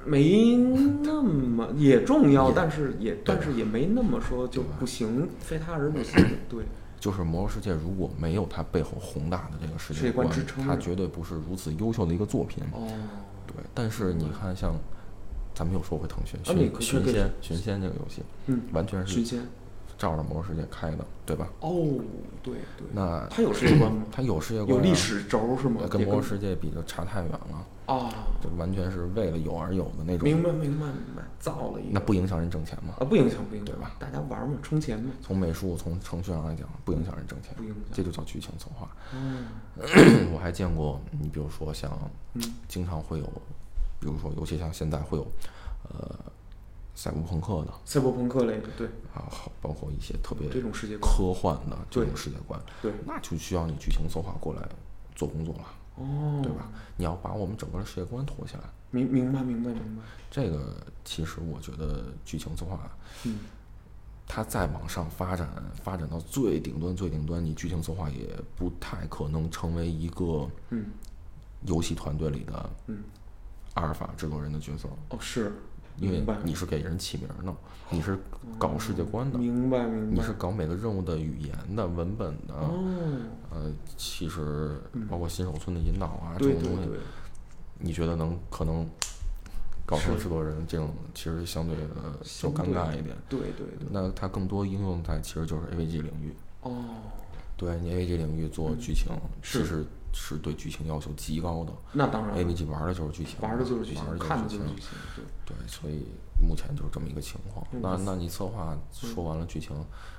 Speaker 1: 没那么也重要，
Speaker 2: 也
Speaker 1: 但是也但是也没那么说就
Speaker 2: 对吧
Speaker 1: 不行，非他人不行。对，
Speaker 2: 就是《魔兽世界》如果没有它背后宏大的这个世
Speaker 1: 世
Speaker 2: 界
Speaker 1: 界观
Speaker 2: 观
Speaker 1: 支撑，
Speaker 2: 它
Speaker 1: 着
Speaker 2: 绝对不是如此优秀的一个作品。
Speaker 1: 哦，
Speaker 2: 对，但是你看，像咱们又说回腾讯《
Speaker 1: 啊你
Speaker 2: 寻
Speaker 1: 可以可以
Speaker 2: 寻仙》《寻仙》这个游戏，
Speaker 1: 嗯，
Speaker 2: 完全是
Speaker 1: 寻仙，
Speaker 2: 照着《魔兽世界》开的，对吧？
Speaker 1: 哦，对对，
Speaker 2: 那
Speaker 1: 它有世界观吗？
Speaker 2: 它有世界观、啊
Speaker 1: 有历，史轴是吗
Speaker 2: 呃？跟《魔兽世界》比就差太远了，
Speaker 1: 啊，
Speaker 2: 就完全是为了有而有的那种。
Speaker 1: 明白明白明白，造了一个
Speaker 2: 那不影响人挣钱吗？
Speaker 1: 啊，不影响不影响，
Speaker 2: 对吧？
Speaker 1: 大家玩嘛，充钱嘛，
Speaker 2: 从美术、从程序上来讲，不影响人挣钱
Speaker 1: 不，影响。
Speaker 2: 这就叫剧情策划。
Speaker 1: 嗯
Speaker 2: [clears throat] 我还见过，你比如说像
Speaker 1: 嗯，
Speaker 2: 经常会有，比如说，尤其像现在会有，呃，赛博朋克的
Speaker 1: 赛博朋克类的，对
Speaker 2: 啊，好，包括一些特别
Speaker 1: 这种世界观，
Speaker 2: 科幻的这种
Speaker 1: 对
Speaker 2: 世界观，
Speaker 1: 对
Speaker 2: 那就需要你剧情策划过来做工作了，
Speaker 1: 哦，
Speaker 2: 对吧？？你要把我们整个的世界观拖起来，
Speaker 1: 明明白明白明白，
Speaker 2: 这个其实我觉得剧情策划，
Speaker 1: 嗯，
Speaker 2: 它再往上发展，发展到最顶端最顶端，你剧情策划也不太可能成为一个
Speaker 1: 嗯
Speaker 2: 游戏团队里的
Speaker 1: 嗯
Speaker 2: 阿尔法制作人的角色，
Speaker 1: 哦是，
Speaker 2: 因为
Speaker 1: 明白
Speaker 2: 你是给人起名儿的，你是搞世界观的，
Speaker 1: 明白明
Speaker 2: 你
Speaker 1: 白
Speaker 2: 是搞啊每个任务的语言的、文本的，
Speaker 1: 哦。
Speaker 2: 呃，其实
Speaker 1: 嗯
Speaker 2: 包括新手村的引导啊这
Speaker 1: 对
Speaker 2: 种
Speaker 1: 对
Speaker 2: 东西，
Speaker 1: 对，
Speaker 2: 你觉得能可能搞成
Speaker 1: 是
Speaker 2: 制作人这种，其实相对呃就
Speaker 1: 相
Speaker 2: 尴
Speaker 1: 对
Speaker 2: 尬一点。
Speaker 1: 对对对，
Speaker 2: 那它更多应用在其实就是 AVG 领域，
Speaker 1: 哦，
Speaker 2: 对你 AVG 领域做
Speaker 1: 嗯
Speaker 2: 剧情，
Speaker 1: 是
Speaker 2: 其实是对剧情要求极高的。
Speaker 1: 那当然了，
Speaker 2: AVG 玩的就是剧情，
Speaker 1: 玩的就是剧
Speaker 2: 哎
Speaker 1: 情，
Speaker 2: 玩的
Speaker 1: 看的
Speaker 2: 剧
Speaker 1: 就是剧情，对。
Speaker 2: 对，所以目前就是这么一个情况。
Speaker 1: 嗯
Speaker 2: 那那你策划说完了剧情，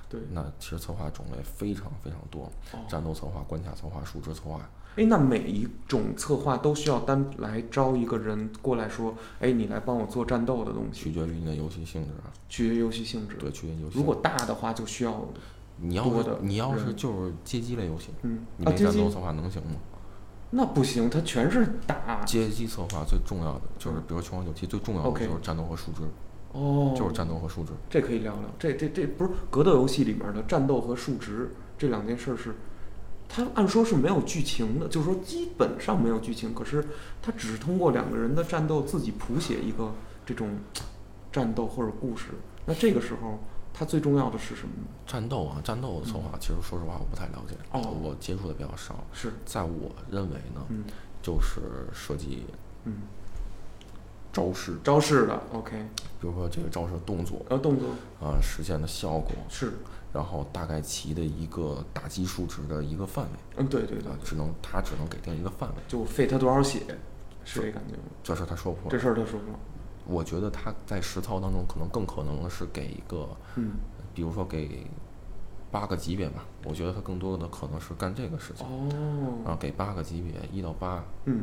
Speaker 1: 对，
Speaker 2: 那其实策划种类非常非常多，
Speaker 1: 哦，
Speaker 2: 战斗策划、关卡策划、数值策划，
Speaker 1: 哎，那每一种策划都需要单来招一个人过来说，哎，你来帮我做战斗的东西，
Speaker 2: 取决于你的游戏性质啊。
Speaker 1: 取决于游戏性质。
Speaker 2: 对，取决于游戏。
Speaker 1: 如果大的话，就需要，
Speaker 2: 你要
Speaker 1: 多
Speaker 2: 是
Speaker 1: 的
Speaker 2: 你要是
Speaker 1: 人
Speaker 2: 就是街机类游戏，
Speaker 1: 嗯，
Speaker 2: 你
Speaker 1: 啊，
Speaker 2: 没
Speaker 1: 街
Speaker 2: 战斗
Speaker 1: 机啊
Speaker 2: 策划能行吗？
Speaker 1: 那不行，它全是打。
Speaker 2: 街机策划最重要的就是，比如《拳皇九七》最重要的
Speaker 1: OK
Speaker 2: 就是战斗和数值，
Speaker 1: 哦，
Speaker 2: 就是战斗和数值。
Speaker 1: 这可以聊聊，这这这不是格斗游戏里面的战斗和数值这两件事儿是，它按说是没有剧情的，就是说基本上没有剧情，可是它只是通过两个人的战斗自己谱写一个这种战斗或者故事。那这个时候，它最重要的是什么呢？
Speaker 2: 战斗啊，战斗的策划，其实说实话我不太了解，
Speaker 1: 哦
Speaker 2: 我接触的比较少。
Speaker 1: 是，
Speaker 2: 在我认为呢，
Speaker 1: 嗯
Speaker 2: 就是设计
Speaker 1: 嗯，
Speaker 2: 招式，
Speaker 1: 招式的 OK，
Speaker 2: 比如说这个招式的动作
Speaker 1: 然后动作
Speaker 2: 啊、实现的效果，
Speaker 1: 是，
Speaker 2: 然后大概其的一个打击数值的一个范围，
Speaker 1: 嗯，对对对
Speaker 2: 啊，，只能他只能给定一个范围，
Speaker 1: 就费他多少血，是这感觉吗？
Speaker 2: 这事儿他说不
Speaker 1: 这
Speaker 2: 破。
Speaker 1: 事儿他说过，
Speaker 2: 我觉得他在实操当中可能更可能的是给一个，
Speaker 1: 嗯，
Speaker 2: 比如说给八个级别吧，我觉得他更多的可能是干这个事情，
Speaker 1: 哦，
Speaker 2: 啊，给八个级别，一到八，
Speaker 1: 嗯，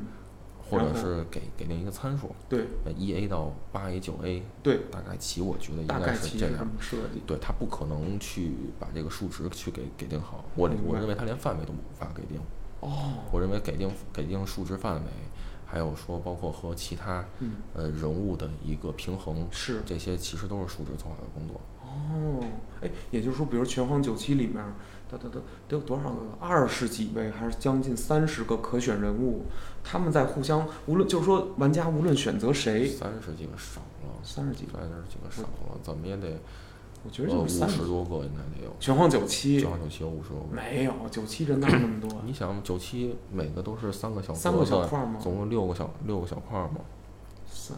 Speaker 2: 或者
Speaker 1: 然后
Speaker 2: 是给给定一个参数，呃
Speaker 1: 对
Speaker 2: 一 A 到八 A 九 A，
Speaker 1: 对，
Speaker 2: 大概其我觉得应
Speaker 1: 大
Speaker 2: 该
Speaker 1: 概
Speaker 2: 是
Speaker 1: 其
Speaker 2: 这
Speaker 1: 是
Speaker 2: 样
Speaker 1: 这。么设计。
Speaker 2: 对他不可能去把这个数值去给给定好，我
Speaker 1: 明白
Speaker 2: 我认为他连范围都无法给定。
Speaker 1: 哦，
Speaker 2: 我认为给定给定数值范围，还有说包括和其他
Speaker 1: 嗯，
Speaker 2: 呃人物的一个平衡，
Speaker 1: 是。
Speaker 2: 这些其实都是数值策划的工作。
Speaker 1: 哦，哎，也就是说，比如《拳皇九七》里面，它它它得有多少个？二十几位还是将近三十个可选人物？他们在互相，无论就是说，玩家无论选择谁，
Speaker 2: 三十几个少了，
Speaker 1: 三十几个，
Speaker 2: 三十几个少了，怎么也得
Speaker 1: 我觉得
Speaker 2: 呃
Speaker 1: 就
Speaker 2: 五
Speaker 1: 是三
Speaker 2: 十
Speaker 1: 十。
Speaker 2: 多个应该得有，
Speaker 1: 拳皇九七
Speaker 2: 九二九七有五十多个。
Speaker 1: 没有，九七人哪有那么多啊？
Speaker 2: 你想九七每个都是三个小
Speaker 1: 三
Speaker 2: 格
Speaker 1: 个
Speaker 2: 子
Speaker 1: 小块儿吗？
Speaker 2: 总共六个小六个小块儿嘛，
Speaker 1: 三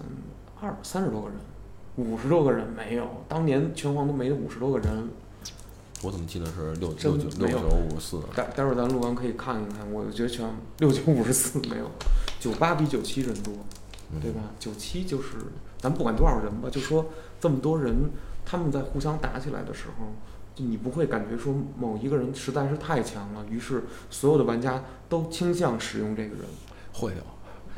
Speaker 1: 二三十多个人，五十多个人没有，当年拳皇都没五十多个人。
Speaker 2: 我怎么记得是六
Speaker 1: 真
Speaker 2: 六九六
Speaker 1: 没有
Speaker 2: 九五十四？
Speaker 1: 待待会儿咱录完可以看一看，我觉得拳六九五十四没有，九八比九七人多。
Speaker 2: 嗯
Speaker 1: 对吧？九七就是咱不管多少人吧，就说这么多人，他们在互相打起来的时候，就你不会感觉说某一个人实在是太强了，于是所有的玩家都倾向使用这个人。
Speaker 2: 会有。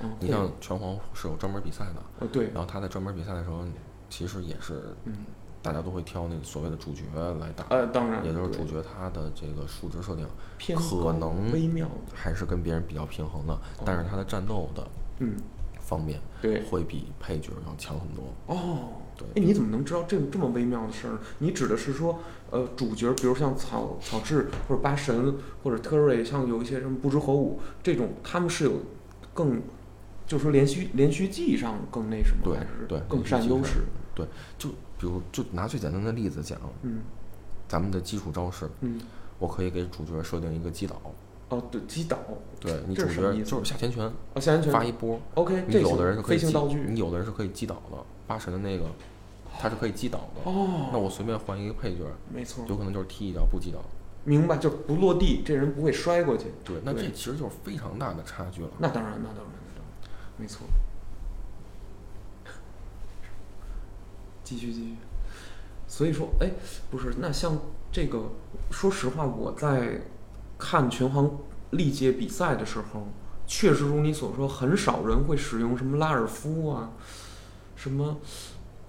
Speaker 1: 嗯，
Speaker 2: 你
Speaker 1: 会
Speaker 2: 像
Speaker 1: 有，
Speaker 2: 拳皇是有专门比赛的，
Speaker 1: 呃，对，
Speaker 2: 然后他在专门比赛的时候，其实也是
Speaker 1: 嗯，
Speaker 2: 大家都会挑那个所谓的主角来打，
Speaker 1: 呃，当然，
Speaker 2: 也就是
Speaker 1: 对
Speaker 2: 主角他的这个数值设定
Speaker 1: 偏
Speaker 2: 可
Speaker 1: 高
Speaker 2: 能
Speaker 1: 微妙的，
Speaker 2: 还是跟别人比较平衡的，但是他的战斗的
Speaker 1: 嗯，
Speaker 2: 方面
Speaker 1: 对，
Speaker 2: 会比配角要强很多。
Speaker 1: 哦。
Speaker 2: 对，
Speaker 1: 哎，你怎么能知道这这么微妙的事儿呢？你指的是说，呃，主角，比如像草草雉或者八神或者特瑞，像有一些什么不知火舞这种，他们是有更，就是说连续连续技上更那什么，
Speaker 2: 对
Speaker 1: 还是
Speaker 2: 对
Speaker 1: 更占优势？
Speaker 2: 就比如就拿最简单的例子讲，
Speaker 1: 嗯
Speaker 2: 咱们的基础招式，
Speaker 1: 嗯，
Speaker 2: 我可以给主角设定一个击倒，
Speaker 1: 哦，对，击倒，
Speaker 2: 对你主
Speaker 1: 这是什么
Speaker 2: 角
Speaker 1: 意思
Speaker 2: 就是下前拳
Speaker 1: 哦，下安全
Speaker 2: 发一波，
Speaker 1: ，OK，
Speaker 2: 你
Speaker 1: 这
Speaker 2: 有
Speaker 1: 行
Speaker 2: 的人是可
Speaker 1: 飞
Speaker 2: 以嗯
Speaker 1: 行
Speaker 2: 击
Speaker 1: 道具，
Speaker 2: 你有的人是可以击倒的，八神的那个他是可以击倒的。那
Speaker 1: 哦，
Speaker 2: 我随便换一个配角，
Speaker 1: 没错，
Speaker 2: 有可能就是踢一脚不击倒。
Speaker 1: 明白，就不落地，这人不会摔过去。
Speaker 2: 对，那这
Speaker 1: 对
Speaker 2: 其实就是非常大的差
Speaker 1: [clears throat]
Speaker 2: 距了。
Speaker 1: 那当然，那当然，那当然，没错。继续继续。所以说，哎，不是，那像这个，说实话，我在看拳皇历届比赛的时候，确实如你所说，很少人会使用什么拉尔夫啊，什么，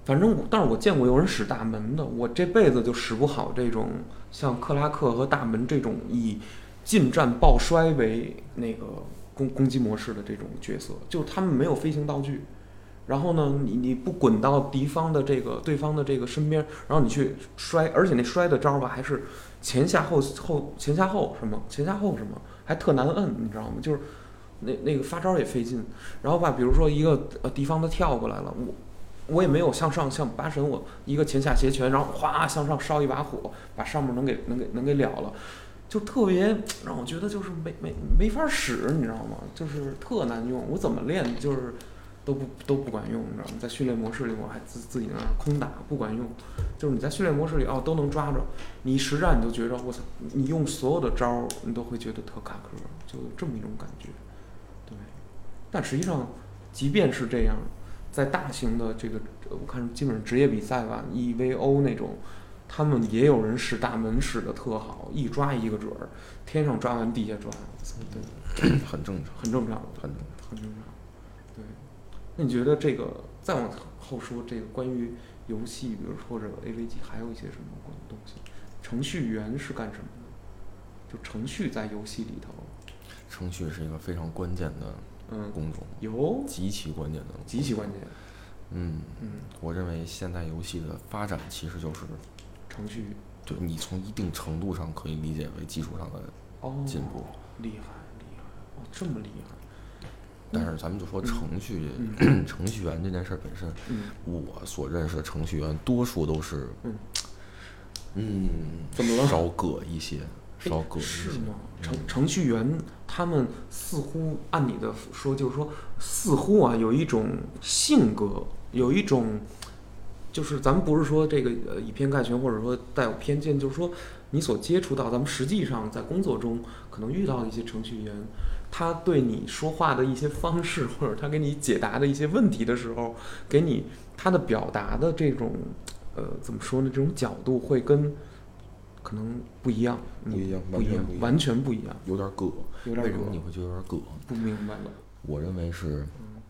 Speaker 1: 反正我，但是我见过有人使大门的，我这辈子就使不好这种像克拉克和大门这种以近战抱摔为那个攻攻击模式的这种角色，就是他们没有飞行道具。然后呢，你你不滚到敌方的这个对方的这个身边，然后你去摔，而且那摔的招儿吧，还是前下后后前下后什么前下后什么，还特难摁，你知道吗？就是那那个发招儿也费劲。然后吧，比如说一个呃敌方他跳过来了，我我也没有向上像八神，我一个前下斜拳，然后哗向上烧一把火，把上面能给能给能给了了。就特别让我觉得就是没没没法使，你知道吗？就是特难用，我怎么练就是都不都不管用，你知道吗？在训练模式里我还自自己在那儿空打，不管用。就是你在训练模式里哦都能抓着，你一实战你就觉着我操，你用所有的招儿你都会觉得特卡壳，就这么一种感觉。对，但实际上即便是这样，在大型的这个呃我看基本上职业比赛吧，EVO 那种。他们也有人使大门使的特好，一抓一个准儿，天上抓完地下抓，我操对，
Speaker 2: 很正常，
Speaker 1: 很正常，
Speaker 2: 很正常。
Speaker 1: 很正常。对，那你觉得这个再往后说，这个关于游戏，比如或者 AVG，还有一些什么关东西？程序员是干什么的？就程序在游戏里头，
Speaker 2: 程序是一个非常关键的
Speaker 1: 嗯，
Speaker 2: 工种，
Speaker 1: 有
Speaker 2: 极其关键的工种，
Speaker 1: 极其关键，
Speaker 2: 嗯，
Speaker 1: 嗯，
Speaker 2: 我认为现代游戏的发展其实就是，
Speaker 1: 程序
Speaker 2: 就你从一定程度上可以理解为技术上的
Speaker 1: 哦，
Speaker 2: 进步，
Speaker 1: 厉害厉害，哦，这么厉害，
Speaker 2: 但是咱们就说
Speaker 1: 嗯
Speaker 2: 程序、
Speaker 1: 嗯
Speaker 2: 程序员这件事儿本身，
Speaker 1: 嗯，
Speaker 2: 我所认识的程序员多数都是
Speaker 1: 嗯，
Speaker 2: 嗯，
Speaker 1: 怎么了
Speaker 2: 少葛一些，
Speaker 1: 哎
Speaker 2: 少葛一些
Speaker 1: 是，吗？程程序员他们似乎按你的说，就是说，似乎啊有一种性格，有一种，就是咱们不是说这个呃以偏概全，或者说带有偏见，就是说你所接触到，咱们实际上在工作中可能遇到一些程序员，他对你说话的一些方式，或者他给你解答的一些问题的时候，给你他的表达的这种，呃，怎么说呢？这种角度会跟可能不一样，
Speaker 2: 不一样
Speaker 1: 嗯不
Speaker 2: 完全不
Speaker 1: 样，
Speaker 2: 一样
Speaker 1: 完全不一样，
Speaker 2: 有点葛。
Speaker 1: 有点
Speaker 2: 为什么
Speaker 1: 葛
Speaker 2: 你会觉得有点葛？
Speaker 1: 不明白了。
Speaker 2: 我认为是
Speaker 1: 嗯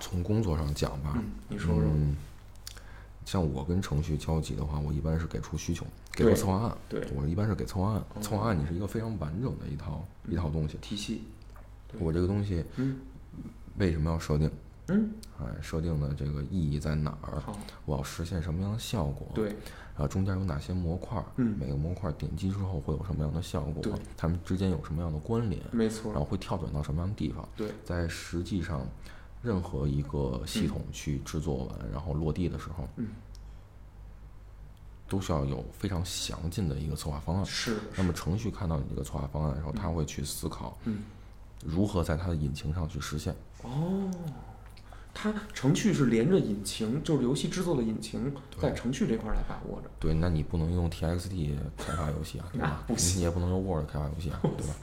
Speaker 2: 从工作上讲吧，
Speaker 1: 嗯，你说说，
Speaker 2: 嗯，像我跟程序交集的话，我一般是给出需求，给出
Speaker 1: 对
Speaker 2: 策划案。
Speaker 1: 对
Speaker 2: 我一般是给策划案，
Speaker 1: 哦
Speaker 2: 策划案你是一个非常完整的一套
Speaker 1: 嗯
Speaker 2: 一套东西。
Speaker 1: 体系，对
Speaker 2: 我这个东西
Speaker 1: 嗯
Speaker 2: 为什么要设定？
Speaker 1: 嗯，
Speaker 2: 哎，设定的这个意义在哪儿？
Speaker 1: 啊好，
Speaker 2: 我要实现什么样的效果？，
Speaker 1: 对，
Speaker 2: 啊，中间有哪些模块？
Speaker 1: 嗯
Speaker 2: 每个模块点击之后会有什么样的效果
Speaker 1: 对？
Speaker 2: 它们之间有什么样的关联？
Speaker 1: 没错
Speaker 2: 然
Speaker 1: 儿，
Speaker 2: 后会跳转到什么样的地方？
Speaker 1: 对，
Speaker 2: 在实际上，任何一个系统去制作完，然后落地的时候，
Speaker 1: 嗯
Speaker 2: 都需要有非常详尽的一个策划方案。
Speaker 1: 是的，
Speaker 2: 那么程序看到你这个策划方案的时候，他会去思考
Speaker 1: 嗯，
Speaker 2: 如何在它的引擎上去实现。
Speaker 1: 哦。它程序是连着引擎，就是游戏制作的引擎，
Speaker 2: 对
Speaker 1: 在程序这块儿来把握着。
Speaker 2: 对，那你不能用 TXT 开发游戏啊，对
Speaker 1: 那
Speaker 2: 吧？
Speaker 1: 不行
Speaker 2: 你也不能用 Word 开发游
Speaker 1: [laughs]
Speaker 2: 戏啊，对吧？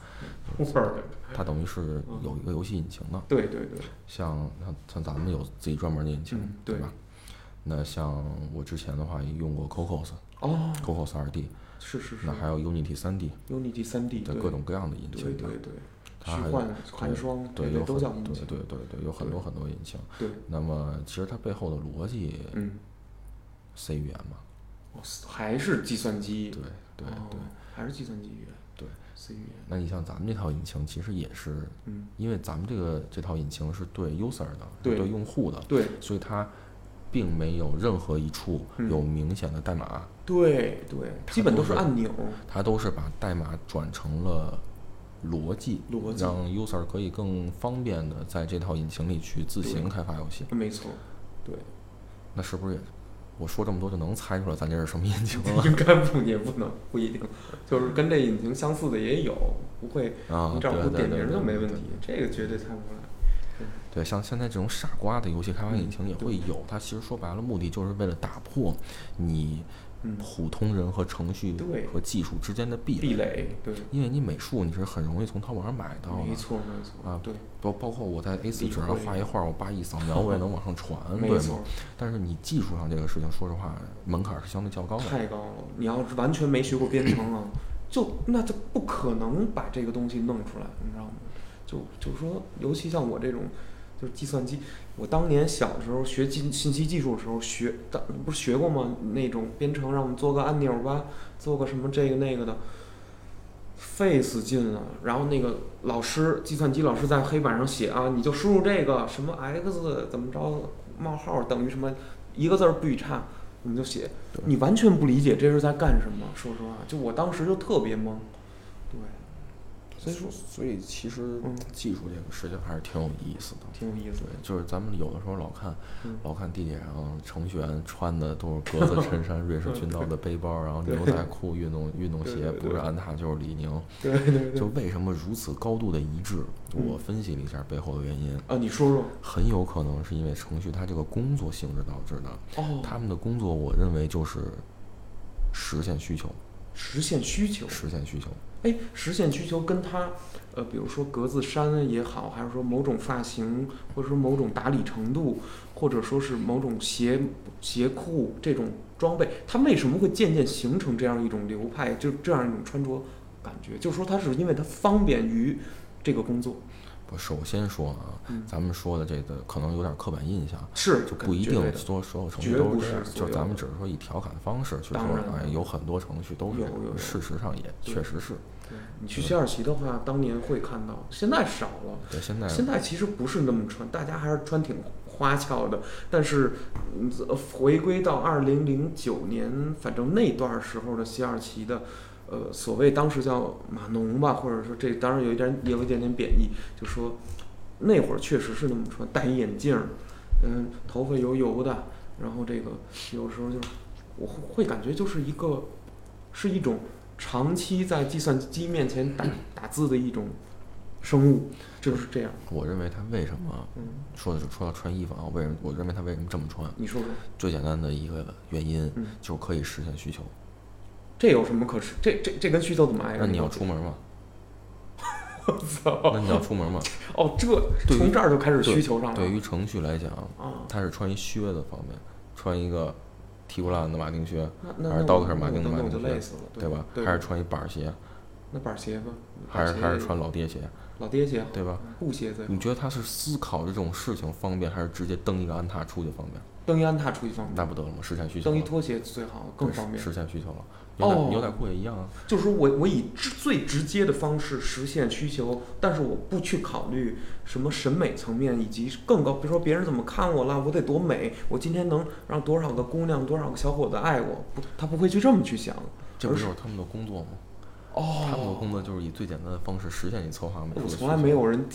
Speaker 1: Word，
Speaker 2: 它等于是有一个游戏引擎的，
Speaker 1: 对对对，
Speaker 2: 像像像咱们有自己专门的引擎，
Speaker 1: 嗯
Speaker 2: 对
Speaker 1: 对
Speaker 2: 吧？那像我之前的话也用过 Cocos、
Speaker 1: 哦，
Speaker 2: Cocos 二 D，
Speaker 1: 是是是
Speaker 2: 那还有 Unity 三 D
Speaker 1: ，Unity 三 D
Speaker 2: 的各种各样的引
Speaker 1: 对
Speaker 2: 擎，
Speaker 1: 对对，
Speaker 2: 它
Speaker 1: 虚
Speaker 2: 还有
Speaker 1: 幻寒霜
Speaker 2: 对，
Speaker 1: 这
Speaker 2: 有
Speaker 1: 些
Speaker 2: 很
Speaker 1: 都叫引
Speaker 2: 对
Speaker 1: 擎，
Speaker 2: 对对对，有很多很多引擎。
Speaker 1: 对，
Speaker 2: 那么其实它背后的逻辑
Speaker 1: 嗯，
Speaker 2: C 语言嘛，
Speaker 1: 哦还是计算机
Speaker 2: 对，对
Speaker 1: 哦
Speaker 2: 对。
Speaker 1: 还是计算机语言，
Speaker 2: 对
Speaker 1: ，C 语言，
Speaker 2: 那你像咱们这套引擎，其实也是
Speaker 1: 嗯，
Speaker 2: 因为咱们这个这套引擎是对 user 的，是
Speaker 1: 对
Speaker 2: 对用户的，
Speaker 1: 对
Speaker 2: 所以它并没有任何一处
Speaker 1: 嗯
Speaker 2: 有明显的代码，
Speaker 1: 对对，
Speaker 2: 它
Speaker 1: 基本
Speaker 2: 都
Speaker 1: 都是
Speaker 2: 是
Speaker 1: 按钮，
Speaker 2: 它都是把代码转成了逻辑，
Speaker 1: 逻辑
Speaker 2: 让 user 可以更方便的在这套引擎里去自行开发游戏。
Speaker 1: 没
Speaker 2: [laughs]
Speaker 1: 错，对，
Speaker 2: 那是不是也？我说这么多就能猜出来咱这是什么引擎了
Speaker 1: 应该不也不能不一定，就是跟这引擎相似的也有，不会，
Speaker 2: 啊？
Speaker 1: 你只
Speaker 2: 对
Speaker 1: 要
Speaker 2: 对
Speaker 1: 不
Speaker 2: 对
Speaker 1: 点
Speaker 2: 对
Speaker 1: 名就没问
Speaker 2: 对
Speaker 1: 题，这个绝对猜不出来，
Speaker 2: 对，像现在这种傻瓜的游戏开发
Speaker 1: 嗯
Speaker 2: 引擎也会有，它其实说白了，目的就是为了打破你
Speaker 1: 嗯，
Speaker 2: 普通人和程序
Speaker 1: 对
Speaker 2: 和技术之间的壁垒。
Speaker 1: 壁垒，对，
Speaker 2: 因为你美术你是很容易从淘宝上买到
Speaker 1: 没
Speaker 2: 的，
Speaker 1: 错没错
Speaker 2: 啊，
Speaker 1: 对，
Speaker 2: 包包括我在 A4 纸上
Speaker 1: 理解
Speaker 2: 画一画，我叭一扫描，我也能往上传，
Speaker 1: [laughs] 没
Speaker 2: 对
Speaker 1: 错
Speaker 2: 吗？，但是你技术上这个事情，说实话，门槛是相对较高的。
Speaker 1: 太高了！你要是完全没学过编程啊， [clears throat] 就那就不可能把这个东西弄出来，你知道吗？就就是说，尤其像我这种，就是计算机，我当年小时候学信信息技术的时候学，当不是学过吗？那种编程让我们做个按钮吧，做个什么这个那个的。费死劲了，然后那个老师，计算机老师在黑板上写啊，你就输入这个什么 x 怎么着冒号等于什么，一个字儿不许差，我们就写。
Speaker 2: 对
Speaker 1: 你完全不理解这是在干什么，说实话，就我当时就特别懵。对，所以说
Speaker 2: 所以其实
Speaker 1: 嗯
Speaker 2: 技术这个事情还是挺有意思的。
Speaker 1: 挺有意思
Speaker 2: 对
Speaker 1: 的。，
Speaker 2: 就是咱们有的时候老看，
Speaker 1: 嗯
Speaker 2: 老看地铁上程序员穿的都是格
Speaker 1: [laughs]
Speaker 2: 子衬衫、瑞士军刀的背包，然后
Speaker 1: 对
Speaker 2: 牛仔裤、运动运动
Speaker 1: 对
Speaker 2: 鞋，
Speaker 1: 对对
Speaker 2: 不是安踏就是李宁。
Speaker 1: 对对对
Speaker 2: 就。为什么如此高度的一致？
Speaker 1: 嗯
Speaker 2: 我分析了一下背后的原因，
Speaker 1: 啊，你说说。
Speaker 2: 很有可能是因为程序它这个工作性质导致的。
Speaker 1: 哦，
Speaker 2: 他们的工作，我认为就是实现需求，
Speaker 1: 实现需求。
Speaker 2: 实现需求。
Speaker 1: 哎，实现需求跟他，呃，比如说格子衫也好，还是说某种发型，或者说某种打理程度，或者说是某种鞋鞋裤这种装备，它为什么会渐渐形成这样一种流派，就这样一种穿着感觉？就是说，它是因为它方便于这个工作，
Speaker 2: 我首先说啊，
Speaker 1: 嗯
Speaker 2: 咱们说的这个可能有点刻板印象，
Speaker 1: 是
Speaker 2: 就不一
Speaker 1: 绝对
Speaker 2: 定
Speaker 1: 的
Speaker 2: 说所有程序
Speaker 1: 绝
Speaker 2: 都
Speaker 1: 不
Speaker 2: 是
Speaker 1: 是
Speaker 2: 这样，
Speaker 1: 所
Speaker 2: 就
Speaker 1: 有
Speaker 2: 咱
Speaker 1: 的
Speaker 2: 们只是说以调侃的方式去说
Speaker 1: 当然，了
Speaker 2: 哎，有很多程序都是这
Speaker 1: 有
Speaker 2: 样，
Speaker 1: 有有
Speaker 2: 事实上也
Speaker 1: 对
Speaker 2: 确实是。
Speaker 1: 对你
Speaker 2: 嗯
Speaker 1: 去切尔西的话，当年会看到，现在少了。
Speaker 2: 对，现在
Speaker 1: 现在其实不是那么穿，大家还是穿挺花俏的。但是，嗯呃回归到二零零九年，反正那段时候的西二旗的，呃，所谓当时叫码农吧，或者说这当然有一点也有一点点贬义，就说那会儿确实是那么穿，戴一眼镜儿，嗯，头发油油的，然后这个有时候就是我会会感觉就是一个是一种长期在计算机面前打打字的一种生物，就是这样。
Speaker 2: 我认为他为什么
Speaker 1: 嗯，
Speaker 2: 说的是说到穿衣服啊，为什么我认为他为什么这么穿？
Speaker 1: 你说说，
Speaker 2: 最简单的一个原因
Speaker 1: 嗯
Speaker 2: 就是可以实现需求。
Speaker 1: 这有什么可是？这这这跟需求怎么挨着？
Speaker 2: 那你
Speaker 1: [laughs]
Speaker 2: 要出门嘛？
Speaker 1: 操
Speaker 2: 那你要
Speaker 1: [laughs]
Speaker 2: 出门嘛？
Speaker 1: 哦，这
Speaker 2: 对于
Speaker 1: 从这儿就开始需求上了。
Speaker 2: 对于程序来讲，
Speaker 1: 啊，
Speaker 2: 他是穿一靴子方面，穿一个踢不烂的马丁靴，
Speaker 1: 那那那
Speaker 2: 还是
Speaker 1: 我
Speaker 2: 刀客马丁
Speaker 1: 那我
Speaker 2: 马
Speaker 1: 那我
Speaker 2: 丁
Speaker 1: 就
Speaker 2: 鞋
Speaker 1: 累死了，
Speaker 2: 对吧？
Speaker 1: 对
Speaker 2: 还是穿一板鞋，
Speaker 1: 那板鞋吧，
Speaker 2: 还是
Speaker 1: 板鞋
Speaker 2: 还是穿嗯老爹鞋，
Speaker 1: 老爹鞋好，
Speaker 2: 对吧？
Speaker 1: 布鞋最好
Speaker 2: 你。觉得他是思考这种事情方便，还是直接蹬一个安踏出去方便？
Speaker 1: 蹬一安踏出去方便，
Speaker 2: 那不得了吗？实现需求
Speaker 1: 蹬一
Speaker 2: 了，
Speaker 1: 拖鞋最好，更
Speaker 2: 对
Speaker 1: 方便。
Speaker 2: 实现需求了。牛仔
Speaker 1: 哦
Speaker 2: 牛仔裤也一样啊，
Speaker 1: 就是说我我以直最直接的方式实现需求，但是我不去考虑什么审美层面以及更高，比如说别人怎么看我了，我得多美，我今天能让多少个姑娘、多少个小伙子爱我，不，他不会去这么去想。
Speaker 2: 这不就是他们的工作吗？他们的
Speaker 1: 哦，
Speaker 2: 工作就是以最简单的方式实现你策划美术
Speaker 1: 哎我
Speaker 2: 的需求。
Speaker 1: 从来没有人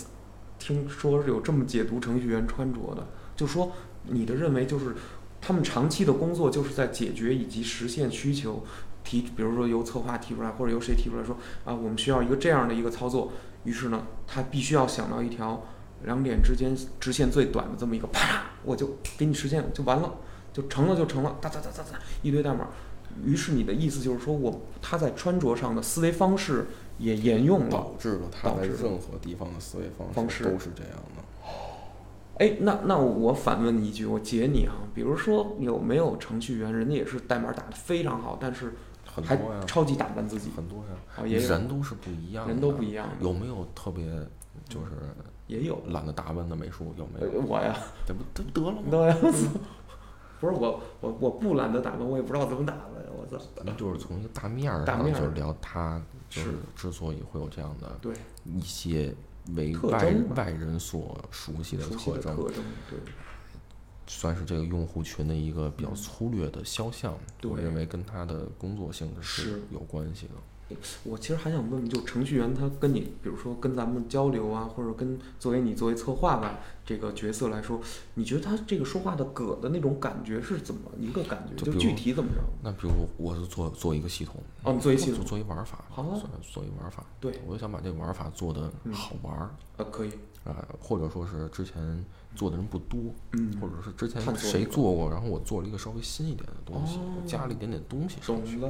Speaker 1: 听听说有这么解读程序员穿着的，就说你的认为就是他们长期的工作就是在解决以及实现需求。提，比如说由策划提出来，或者由谁提出来说啊，我们需要一个这样的一个操作，于是呢，他必须要想到一条两点之间直线最短的这么一个，啪，我就给你实现就完了，就成了就成了，哒哒哒哒哒，一堆代码。于是你的意思就是说我他在穿着上的思维方式也沿用了，
Speaker 2: 导致了他
Speaker 1: 导
Speaker 2: 在
Speaker 1: 致了
Speaker 2: 任何地方的思维
Speaker 1: 方
Speaker 2: 方
Speaker 1: 式
Speaker 2: 式都是这样的。
Speaker 1: 哎，那那我反问你一句，我解你哈、比如说有没有程序员，人家也是代码打得非常好，但是
Speaker 2: 很
Speaker 1: 还
Speaker 2: 多呀，
Speaker 1: 超级打扮自己，
Speaker 2: 很多呀，
Speaker 1: 哦，也有
Speaker 2: 人都是不一样的，
Speaker 1: 人都不一样，
Speaker 2: 有没有特别就是
Speaker 1: 也有，
Speaker 2: 懒得打扮的美术？有没
Speaker 1: 呃
Speaker 2: 有？
Speaker 1: 我
Speaker 2: [laughs]
Speaker 1: 呀，
Speaker 2: 这不这不得了吗？
Speaker 1: 对呀，不是我我我不懒得打扮，我也不知道怎么打扮，我操，
Speaker 2: 咱们就是从一个大面儿
Speaker 1: 大
Speaker 2: 上
Speaker 1: 面儿
Speaker 2: 就聊他，就是是之所以会有这样的
Speaker 1: 对
Speaker 2: 一些为
Speaker 1: 特
Speaker 2: 外
Speaker 1: 征
Speaker 2: 人
Speaker 1: 吧
Speaker 2: 外人所熟悉的
Speaker 1: 熟悉
Speaker 2: 特
Speaker 1: 的特
Speaker 2: 征，
Speaker 1: 征，对，
Speaker 2: 算是这个用户群的一个比较粗略的肖像。
Speaker 1: 嗯对
Speaker 2: 我认为跟他的工作性质
Speaker 1: 是
Speaker 2: 是有关系的。
Speaker 1: 我其实还想问问，就程序员他跟你，比如说跟咱们交流啊，或者跟作为你作为策划吧这个角色来说，你觉得他这个说话的梗的那种感觉是怎么一个感觉？
Speaker 2: 就
Speaker 1: 就
Speaker 2: 比
Speaker 1: 具
Speaker 2: 如
Speaker 1: 体怎么着？
Speaker 2: 那比如我是做做一个系统，
Speaker 1: 哦，你作为系
Speaker 2: 做
Speaker 1: 统，
Speaker 2: 做一玩法，
Speaker 1: 好啊
Speaker 2: 做做一玩法，
Speaker 1: 对，
Speaker 2: 我就想把这个玩法做的
Speaker 1: 嗯
Speaker 2: 好玩儿
Speaker 1: 呃，可以，
Speaker 2: 啊，或者说是之前做的人不多，
Speaker 1: 嗯，
Speaker 2: 或者是之前
Speaker 1: 探索
Speaker 2: 谁
Speaker 1: 一个
Speaker 2: 做过，然后我做了一个稍微新一点的东西，
Speaker 1: 哦
Speaker 2: 我加了一点点东西上
Speaker 1: 种
Speaker 2: 去，
Speaker 1: 子，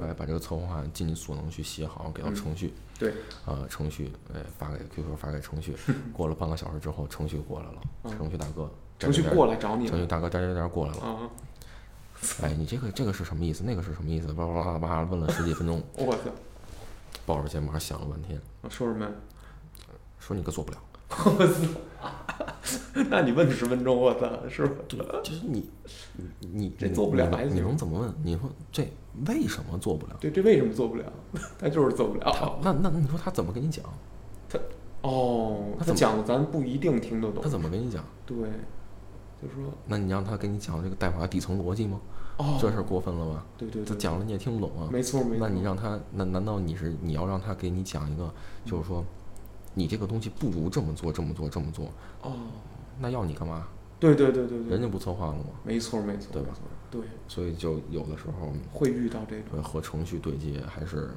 Speaker 2: 哎，把这个策划案尽你所能去写好，给到
Speaker 1: 嗯
Speaker 2: 程序，
Speaker 1: 对，
Speaker 2: 呃，程序哎发给 QQ 发给
Speaker 1: [laughs]
Speaker 2: 程序，过了半个小时之后，程序过来了，
Speaker 1: 嗯
Speaker 2: 程序大哥，
Speaker 1: 程序
Speaker 2: 点儿
Speaker 1: 过来找你
Speaker 2: 程
Speaker 1: 了
Speaker 2: 序大哥点儿点儿点儿过来
Speaker 1: [laughs]
Speaker 2: 了，
Speaker 1: 啊！
Speaker 2: 哎，你这个这个是什么意思？那个是什么意思？巴拉巴拉巴拉问了十几分钟，
Speaker 1: 我操，
Speaker 2: 抱着肩膀想了半天，
Speaker 1: 我说什么呀？ [laughs]
Speaker 2: 说你可做不了。
Speaker 1: 我操！那你问十分钟，我操，是吧？
Speaker 2: 对，就是你，你你
Speaker 1: 这
Speaker 2: 你
Speaker 1: 做不了
Speaker 2: 你
Speaker 1: 还
Speaker 2: 能你
Speaker 1: 行
Speaker 2: 能怎么问？你说这为什么做不了？
Speaker 1: 对，这为什么做不了？ [laughs] 他就是做不
Speaker 2: 他
Speaker 1: 了。
Speaker 2: 那那你说他怎么跟你讲？
Speaker 1: 哦，
Speaker 2: 他
Speaker 1: 他
Speaker 2: 怎么
Speaker 1: 讲的咱不一定听得懂
Speaker 2: 他。怎么跟你讲？
Speaker 1: 对，就说
Speaker 2: 那你让他给你讲这个代码底层逻辑吗？
Speaker 1: 哦，
Speaker 2: 这事儿过分了吧？
Speaker 1: 对对
Speaker 2: 他
Speaker 1: 对，
Speaker 2: 讲了你也听不懂啊。
Speaker 1: 没错没错，
Speaker 2: 那你让他，那难道你是你要让他给你讲一个，就是说，你这个东西不如这么做，这么做，这么做，
Speaker 1: 哦，
Speaker 2: 那要你干嘛？
Speaker 1: 对对对对对，
Speaker 2: 人家不策划了吗？
Speaker 1: 没错没错，
Speaker 2: 对吧
Speaker 1: 没错？对，
Speaker 2: 所以就有的时候
Speaker 1: 会遇到这种
Speaker 2: 对和程序对接还是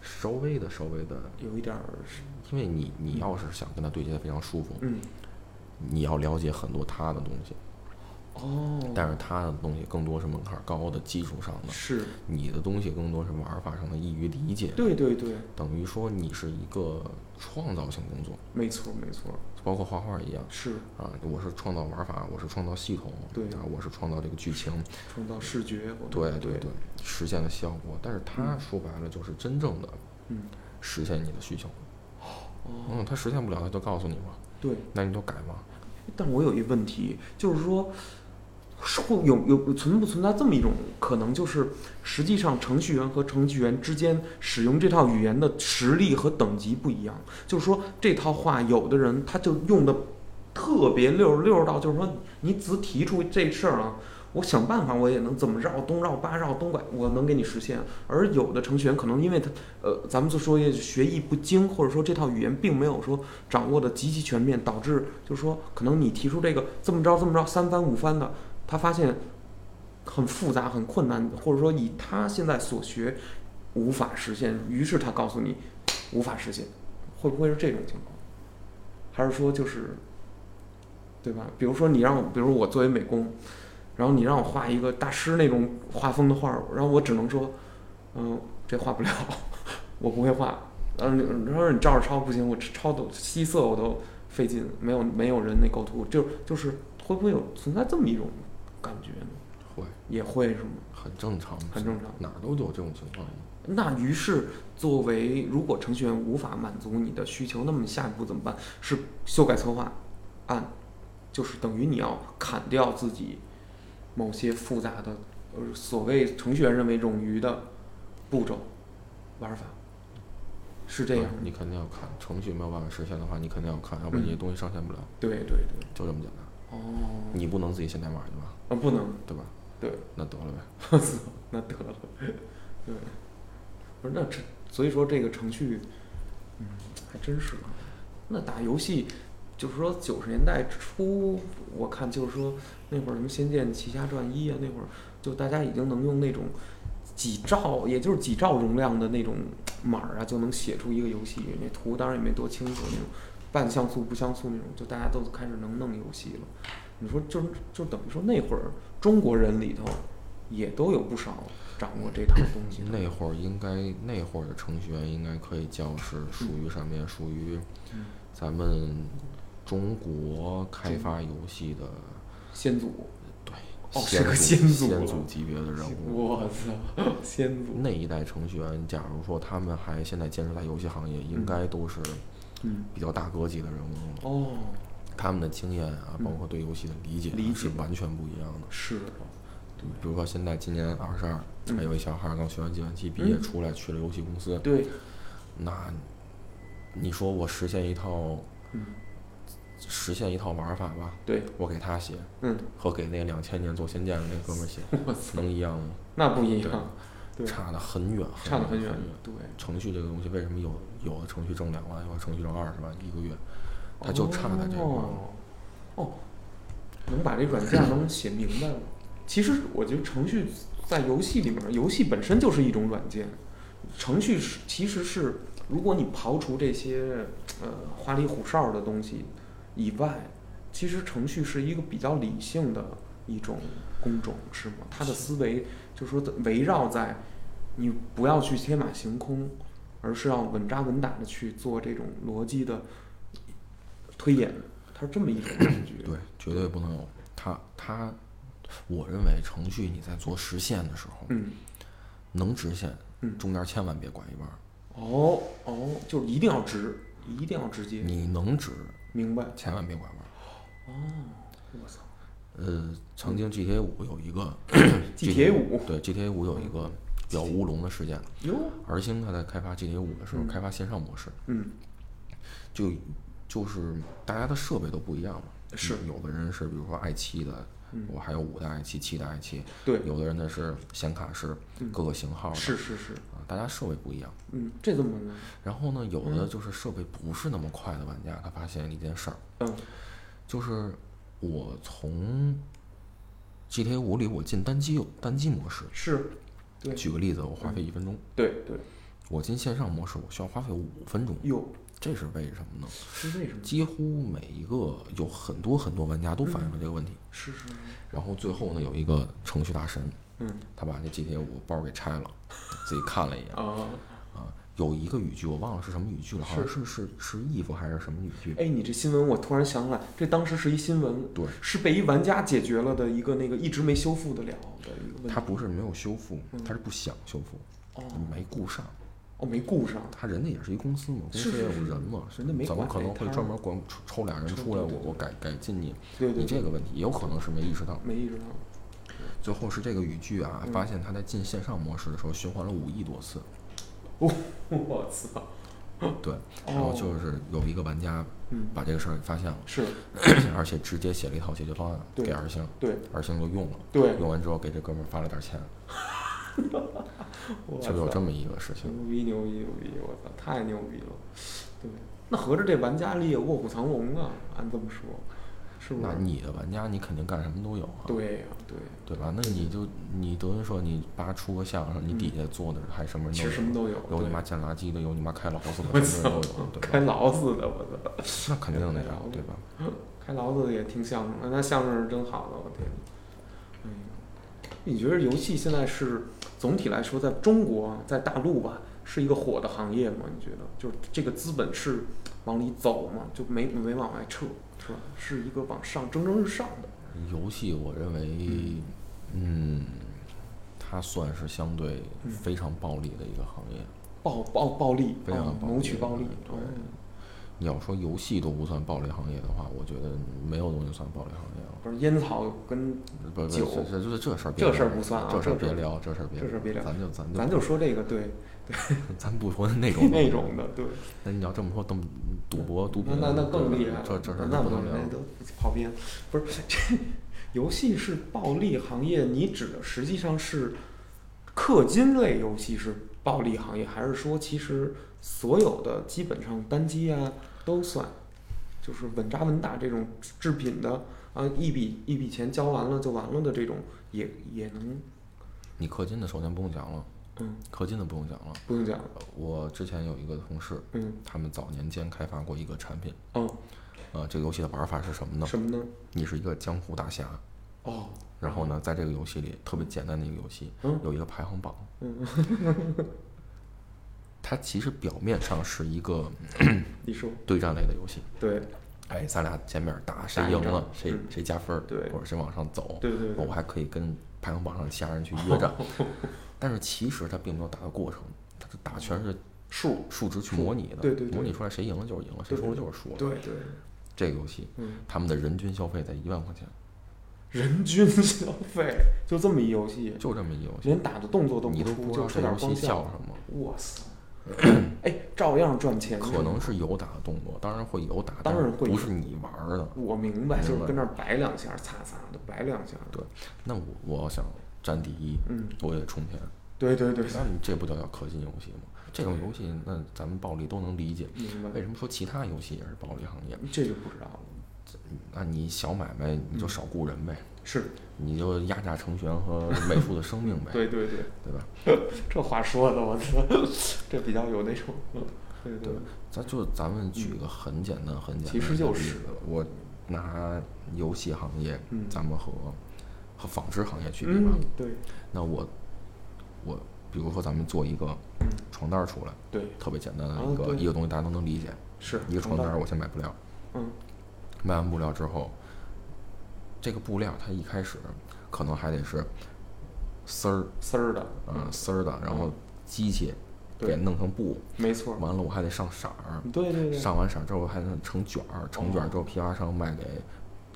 Speaker 2: 稍微的稍微的，
Speaker 1: 有一点儿是，
Speaker 2: 因为你你
Speaker 1: 嗯
Speaker 2: 要是想跟他对接的非常舒服，
Speaker 1: 嗯，
Speaker 2: 你要了解很多他的东西，
Speaker 1: 哦，
Speaker 2: 但是他的东西更多是门槛高的基础上的，
Speaker 1: 是
Speaker 2: 你的东西更多是玩法上的易于理解，
Speaker 1: 对对对，
Speaker 2: 等于说你是一个创造性工作，
Speaker 1: 没错没错，
Speaker 2: 包括画画一样。
Speaker 1: 是
Speaker 2: 啊，我是创造玩法，我是创造系统，
Speaker 1: 对
Speaker 2: 啊，我是创造这个剧情，
Speaker 1: 创造视觉，我
Speaker 2: 对
Speaker 1: 觉得
Speaker 2: 对
Speaker 1: 对，
Speaker 2: 对，实现了效果。但是它
Speaker 1: 嗯
Speaker 2: 说白了就是真正的
Speaker 1: 嗯，
Speaker 2: 实现你的需求，
Speaker 1: 哦
Speaker 2: 嗯，它实现不了，它就告诉你嘛，
Speaker 1: 对，
Speaker 2: 那你就改嘛。
Speaker 1: 但我有一问题，就是说，是会有有存不存在这么一种可能，就是实际上程序员和程序员之间使用这套语言的实力和等级不一样。就是说，这套话有的人他就用的特别溜溜到，就是说你只提出这事儿啊。我想办法，我也能怎么绕东绕八绕东拐，我能给你实现。而有的程序员可能因为他，呃，咱们就说学艺不精，或者说这套语言并没有说掌握的极其全面，导致就是说，可能你提出这个这么着这么着三番五番的，他发现很复杂很困难，或者说以他现在所学无法实现，于是他告诉你无法实现，会不会是这种情况？还是说就是，对吧？比如说你让我，比如我作为美工，然后你让我画一个大师那种画风的画儿，然后我只能说，嗯、这画不了， [laughs] 我不会画。嗯，然后你照着抄不行，我抄都吸色我都费劲，没有没有人那构图，就就是会不会有存在这么一种感觉呢？
Speaker 2: 会
Speaker 1: 也会是吗？
Speaker 2: 很正常，
Speaker 1: 很正常。
Speaker 2: 哪儿都有这种情况。
Speaker 1: 那于是，作为如果程序员无法满足你的需求，那么你下一步怎么办？是修改策划案，就是等于你要砍掉自己某些复杂的，呃，所谓程序员认为冗余的步骤玩法，是这样
Speaker 2: 对
Speaker 1: 吗？
Speaker 2: 啊你肯定要看程序没有办法实现的话，你肯定要看，要不然
Speaker 1: 嗯
Speaker 2: 你这东西上线不了，
Speaker 1: 对对对，
Speaker 2: 就这么简单。
Speaker 1: 哦，
Speaker 2: 你不能自己写代码去吧，
Speaker 1: 啊，不能，
Speaker 2: 对吧？
Speaker 1: 对，
Speaker 2: 那得了呗。
Speaker 1: 那得了，对，不是那这，所以说这个程序，嗯，还真是。那打游戏，就是说九十年代初，我看就是说那会儿什么《仙剑奇侠传一》啊，那会儿就大家已经能用那种几兆，也就是几兆容量的那种码儿啊，就能写出一个游戏。那图当然也没多清楚，那种半像素、不像素那种，就大家都开始能弄游戏了。你说就是就等于说那会儿中国人里头也都有不少掌握这套东西的。
Speaker 2: 那会儿应该，那会儿的程序员应该可以叫是属于上面属于
Speaker 1: 嗯
Speaker 2: 咱们中国开发游戏的
Speaker 1: 先祖，哦是
Speaker 2: 先
Speaker 1: 个
Speaker 2: 祖
Speaker 1: 先祖
Speaker 2: 先
Speaker 1: 了
Speaker 2: 祖级别的人物。
Speaker 1: 我操，先祖，
Speaker 2: 那一代程序员，假如说他们还现在坚持在游戏行业，应该都是
Speaker 1: 嗯，
Speaker 2: 比较大哥级的人物了。
Speaker 1: 哦，
Speaker 2: 他们的经验啊，
Speaker 1: 嗯
Speaker 2: 包括对游戏的理解啊、
Speaker 1: 理解
Speaker 2: 是完全不一样的。
Speaker 1: 是的，
Speaker 2: 比如说，现在今年二十二，
Speaker 1: 嗯
Speaker 2: 还有一小孩儿刚学完计算机毕业
Speaker 1: 嗯
Speaker 2: 出来去了游戏公司，
Speaker 1: 对，
Speaker 2: 那你说我实现一套
Speaker 1: 嗯，
Speaker 2: 实现一套玩法吧，
Speaker 1: 对，
Speaker 2: 我给他写
Speaker 1: 嗯，
Speaker 2: 和给那两千年做仙剑的那哥们儿写
Speaker 1: [laughs] 我操，
Speaker 2: 能一样吗？
Speaker 1: 那不一样，对
Speaker 2: 差得很远，
Speaker 1: 差得
Speaker 2: 很
Speaker 1: 很远
Speaker 2: 很，
Speaker 1: 对，
Speaker 2: 程序这个东西为什么有有的程序挣两万，有的程序挣二十万一个月，它就差在这一块儿。
Speaker 1: 哦，哦，能把这软件能写明白了。其实我觉得程序在游戏里面，游戏本身就是一种软件，程序是其实是如果你刨除这些呃花里胡哨的东西以外，其实程序是一个比较理性的一种工种，是吗？他的思维就是说围绕在你不要去天马行空，而是要稳扎稳打的去做这种逻辑的推演，它是这么一种感觉。
Speaker 2: 对，绝对不能有它它。我认为程序你在做实现的时候，
Speaker 1: 嗯，
Speaker 2: 能直线
Speaker 1: 嗯，
Speaker 2: 中间千万别拐一弯儿。
Speaker 1: 哦哦，就是一定要直，一定要直接，
Speaker 2: 你能直，
Speaker 1: 明白？哦
Speaker 2: 千万别拐弯儿。
Speaker 1: 我操
Speaker 2: 呃，曾经 GTA 五有一
Speaker 1: 哦
Speaker 2: 个
Speaker 1: ，GTA 五
Speaker 2: 对 GTA 五有一
Speaker 1: 嗯
Speaker 2: 个比较乌龙的事件。
Speaker 1: 哟，
Speaker 2: 而星他在开发 GTA 五的时候，
Speaker 1: 嗯
Speaker 2: 开发线上模式，
Speaker 1: 嗯
Speaker 2: 就就是大家的设备都不一样嘛，
Speaker 1: 是，
Speaker 2: 有的人是比如说爱奇艺的，
Speaker 1: 嗯
Speaker 2: 我还有五代爱奇艺、七代爱奇艺，
Speaker 1: 对，
Speaker 2: 有的人呢是显卡是
Speaker 1: 嗯
Speaker 2: 各个型号的，
Speaker 1: 是是是，
Speaker 2: 啊，大家设备不一样。
Speaker 1: 嗯，这怎么呢？
Speaker 2: 然后呢，有的
Speaker 1: 嗯
Speaker 2: 就是设备不是那么快的玩家，他发现一件事儿，
Speaker 1: 嗯
Speaker 2: 就是我从 GTA 五里我进单机单机模式，
Speaker 1: 是，对
Speaker 2: 举个例子，我花
Speaker 1: 嗯
Speaker 2: 费一分钟，
Speaker 1: 对对，
Speaker 2: 我进线上模式我需要花费五分钟，
Speaker 1: 哟，
Speaker 2: 这是为什么呢？
Speaker 1: 是为什么？
Speaker 2: 几乎每一个有很多很多玩家都
Speaker 1: 嗯
Speaker 2: 反映了这个问题。
Speaker 1: 是是，
Speaker 2: 然后最后呢，有一个程序大神，
Speaker 1: 嗯
Speaker 2: 他把这 GTA 五包给拆了，自己看了一眼
Speaker 1: 啊，
Speaker 2: 啊，有一个语句我忘了是什么语句了，好像是是是 if 还是什么语句？
Speaker 1: 哎，你这新闻我突然想起来，这当时是一新闻，
Speaker 2: 对，
Speaker 1: 是被一玩家解决了的一个那个一直没修复得了的一个问题。嗯
Speaker 2: 他不是没有修复，他是不想修复，
Speaker 1: 哦
Speaker 2: 没顾上。
Speaker 1: 哦没顾上，
Speaker 2: 他人家也是一公司嘛，公司
Speaker 1: 是
Speaker 2: 也
Speaker 1: 是
Speaker 2: 有
Speaker 1: 是
Speaker 2: 人嘛，
Speaker 1: 人家没
Speaker 2: 怎么
Speaker 1: 管
Speaker 2: 可能
Speaker 1: 这
Speaker 2: 会
Speaker 1: 摊
Speaker 2: 专
Speaker 1: 儿
Speaker 2: 门管抽抽俩人
Speaker 1: 抽
Speaker 2: 出
Speaker 1: 对
Speaker 2: 来，我
Speaker 1: 对
Speaker 2: 我改改进你？
Speaker 1: 对对
Speaker 2: 你
Speaker 1: 对，
Speaker 2: 这个问题也有可能是没意识到，
Speaker 1: 没意识到。
Speaker 2: 最后是这个语句
Speaker 1: 嗯
Speaker 2: 啊，发现他在进线上模式的时候循环了五亿多次，
Speaker 1: 我操，
Speaker 2: 对，然后
Speaker 1: 哦
Speaker 2: 就是有一个玩家
Speaker 1: 嗯，
Speaker 2: 把这个事儿给发现
Speaker 1: [clears throat]
Speaker 2: 了，
Speaker 1: 是
Speaker 2: 而且直接写了一套解决方案
Speaker 1: 对
Speaker 2: 给二星，
Speaker 1: 对
Speaker 2: 二星就用了，
Speaker 1: 对，
Speaker 2: 用完之后给这哥们儿发了点钱，
Speaker 1: 我
Speaker 2: 就是有
Speaker 1: 操
Speaker 2: 这么一个事情。
Speaker 1: 牛逼牛逼牛逼！我操，太牛逼了！对，那合着这玩家里有卧虎藏龙啊，按这么说，是不
Speaker 2: 那
Speaker 1: 是？
Speaker 2: 你的玩家，你肯定干什么都有啊，
Speaker 1: 对呀、对，
Speaker 2: 对吧？那你就你德云社，你爸出个相声，你
Speaker 1: 嗯
Speaker 2: 底下坐的还什么人
Speaker 1: 其
Speaker 2: 都
Speaker 1: 实什么都有，
Speaker 2: 有你
Speaker 1: 对
Speaker 2: 妈捡垃圾的，有你妈开老子
Speaker 1: 我
Speaker 2: 的，什么人都有，
Speaker 1: [laughs]
Speaker 2: 对
Speaker 1: 开
Speaker 2: 吧？
Speaker 1: 劳斯的，我操，
Speaker 2: 那肯定的呀，对吧？
Speaker 1: 开劳斯的也听相声的，那相声是真好的，我天！哎呦，你觉得游戏现在是总体来说，在中国啊，在大陆吧，是一个火的行业吗？你觉得，就是这个资本是往里走吗？就没没往外撤，是吧？是一个往上蒸蒸日上的。
Speaker 2: 游戏，我认为，嗯，它算是相对
Speaker 1: 嗯
Speaker 2: 非常暴利的一个行业。
Speaker 1: 暴暴暴力，
Speaker 2: 非常
Speaker 1: 哦
Speaker 2: 暴
Speaker 1: 谋
Speaker 2: 力
Speaker 1: 取暴力，
Speaker 2: 对
Speaker 1: 哦
Speaker 2: 你要说游戏都不算暴利行业的话，我觉得没有东西算暴利行业了。
Speaker 1: 不是烟草跟
Speaker 2: 不不，
Speaker 1: 酒
Speaker 2: 这这这这事儿别
Speaker 1: 这事儿
Speaker 2: 聊
Speaker 1: 不算啊
Speaker 2: 这事儿
Speaker 1: 这事
Speaker 2: 别
Speaker 1: 儿
Speaker 2: 聊，这事儿别，
Speaker 1: 这事儿别聊
Speaker 2: 咱就咱就
Speaker 1: 咱就说这个对
Speaker 2: 咱不说那种
Speaker 1: [laughs] 那种。的，对，
Speaker 2: 那你要这么说，赌赌博、毒品
Speaker 1: 那，那那更厉害了，
Speaker 2: 这这事儿
Speaker 1: 那
Speaker 2: 就不能
Speaker 1: 那
Speaker 2: 聊。
Speaker 1: 都跑偏，不是这游戏是暴利行业，你指的实际上是氪金类游戏是暴利行业，还是说其实所有的基本上单机啊都算，就是稳扎稳打这种制品的啊，一笔一笔钱交完了就完了的这种也也能，
Speaker 2: 你氪金的首先不用讲了，
Speaker 1: 嗯，
Speaker 2: 氪金的不用讲了。
Speaker 1: 不用讲了，
Speaker 2: 我之前有一个同事，
Speaker 1: 嗯
Speaker 2: 他们早年间开发过一个产品，
Speaker 1: 嗯。
Speaker 2: 呃，这个游戏的玩法是什么呢？
Speaker 1: 什么呢？
Speaker 2: 你是一个江湖大侠，
Speaker 1: 哦，
Speaker 2: 然后呢，在这个游戏里特别简单的一个游戏，
Speaker 1: 嗯
Speaker 2: 有一个排行榜，
Speaker 1: 嗯，
Speaker 2: [laughs] 它其实表面上是一个
Speaker 1: 你说
Speaker 2: 对战类的游戏，
Speaker 1: 对，
Speaker 2: 哎，咱俩见面打，谁
Speaker 1: 打一
Speaker 2: 赢了
Speaker 1: 仗
Speaker 2: 谁
Speaker 1: 嗯
Speaker 2: 谁加分儿，
Speaker 1: 对
Speaker 2: 或者谁往上走，
Speaker 1: 对对对
Speaker 2: 我还可以跟排行榜上其他人去
Speaker 1: [laughs]
Speaker 2: 约战，但是其实它并没有打的过程，它是打全是
Speaker 1: 数，
Speaker 2: 数值去模拟的，
Speaker 1: 对对对
Speaker 2: 模拟出来谁赢了就是赢了，谁
Speaker 1: 对对
Speaker 2: 输了就是输了。
Speaker 1: 对对，
Speaker 2: 这个游戏
Speaker 1: 嗯，
Speaker 2: 他们的人均消费在一万块钱，
Speaker 1: 人均消费 [laughs] 就这么一游戏，
Speaker 2: 就这么一游戏，
Speaker 1: 连打的动作都
Speaker 2: 你都
Speaker 1: 出，
Speaker 2: 不知
Speaker 1: 就
Speaker 2: 道这
Speaker 1: 出
Speaker 2: 游
Speaker 1: 点
Speaker 2: 戏
Speaker 1: 光
Speaker 2: 叫
Speaker 1: 效，
Speaker 2: 什么。
Speaker 1: 哇
Speaker 2: [clears throat]
Speaker 1: 塞，哎，照样赚钱，
Speaker 2: 可能是有打的动作，当然会有打，
Speaker 1: 当
Speaker 2: 但是
Speaker 1: 然会
Speaker 2: 不
Speaker 1: 有
Speaker 2: 是你玩儿的。
Speaker 1: 我明白，
Speaker 2: 明白
Speaker 1: 就是跟那儿摆两下，擦擦的摆两下，
Speaker 2: 对那我我要想占第一，
Speaker 1: 嗯，
Speaker 2: 我也充钱，
Speaker 1: 对对对，
Speaker 2: 那你这不叫叫氪金游戏吗？这种游戏，那咱们暴力都能理解。
Speaker 1: 明白
Speaker 2: 嗯为，什么说其他游戏也是暴利行业？
Speaker 1: 这就不知道了，
Speaker 2: 那你小买卖你
Speaker 1: 嗯
Speaker 2: 就少雇人呗，
Speaker 1: 是
Speaker 2: 你就压榨程序员和美术的生命呗，
Speaker 1: [laughs] 对对对，
Speaker 2: 对吧？
Speaker 1: [laughs] 这话说的，我操，这比较有那种， [laughs] 对
Speaker 2: 对吧咱就咱们举一个很简单、很简单的
Speaker 1: 嗯其实就是
Speaker 2: 例子我拿游戏行业，
Speaker 1: 嗯
Speaker 2: 咱们和和纺织行业去比吧。
Speaker 1: 嗯，对
Speaker 2: 那我我比如说咱们做一个
Speaker 1: 嗯
Speaker 2: 床单儿出来，
Speaker 1: 对
Speaker 2: 特别简单的
Speaker 1: 啊
Speaker 2: 一个、
Speaker 1: 对
Speaker 2: 一个东西，大家都能理解。
Speaker 1: 是，
Speaker 2: 一个床
Speaker 1: 明白
Speaker 2: 单儿，我先买布料，
Speaker 1: 嗯，
Speaker 2: 卖完布料之后，这个布料它一开始可能还得是丝儿，
Speaker 1: 丝儿的，
Speaker 2: 嗯，丝儿的，然后
Speaker 1: 嗯
Speaker 2: 机器给
Speaker 1: 对
Speaker 2: 弄成布，
Speaker 1: 没错儿，
Speaker 2: 完了我还得上色儿，
Speaker 1: 对对对，
Speaker 2: 上完色儿之后还能成卷儿，成卷儿之后批发商卖给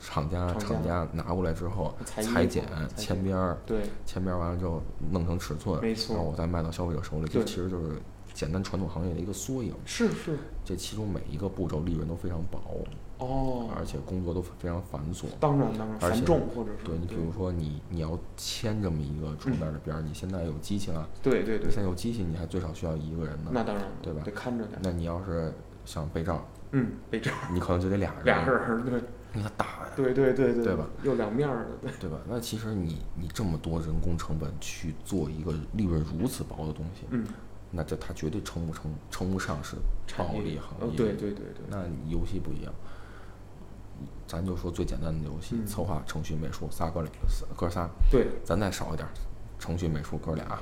Speaker 2: 厂家，厂
Speaker 1: 厂
Speaker 2: 家拿过来之后
Speaker 1: 裁衣服
Speaker 2: 裁剪
Speaker 1: 裁剪
Speaker 2: 签边儿，
Speaker 1: 对，
Speaker 2: 签边儿完了之后弄成尺寸，
Speaker 1: 没错
Speaker 2: 然后我再卖到消费者手里，
Speaker 1: 对
Speaker 2: 就其实就是简单传统行业的一个缩影。
Speaker 1: 是是，
Speaker 2: 这其中每一个步骤利润都非常薄，
Speaker 1: 哦，
Speaker 2: 而且工作都非常繁琐。
Speaker 1: 当然当然，
Speaker 2: 而且
Speaker 1: 繁重或者是
Speaker 2: 对你，比如说你你要签这么一个床单的边儿，你现在有机器了，
Speaker 1: 对对
Speaker 2: 你
Speaker 1: 对
Speaker 2: 现，在有机器，你还最少需要一个人呢。
Speaker 1: 那当然了
Speaker 2: 对吧
Speaker 1: 得看着点儿，
Speaker 2: 那你要是想被罩，
Speaker 1: 嗯，被这
Speaker 2: 你可能就得俩人，
Speaker 1: 俩人儿，对
Speaker 2: 你看打哎呀，
Speaker 1: 对对对对
Speaker 2: 对吧？嗯
Speaker 1: 又两面儿的，对，
Speaker 2: 对吧？那其实你你这么多人工成本去做一个利润如此薄的东西，
Speaker 1: 嗯，
Speaker 2: 那这它绝对称不称称不上是
Speaker 1: 产
Speaker 2: 暴
Speaker 1: 业
Speaker 2: 利行
Speaker 1: 呃
Speaker 2: 业。
Speaker 1: 对对对对，
Speaker 2: 那你游戏不一样，咱就说最简单的游戏，
Speaker 1: 嗯
Speaker 2: 策划、程序、美术仨哥俩哥仨，
Speaker 1: 对
Speaker 2: 咱再少一点儿，程序、美术哥俩
Speaker 1: 啊，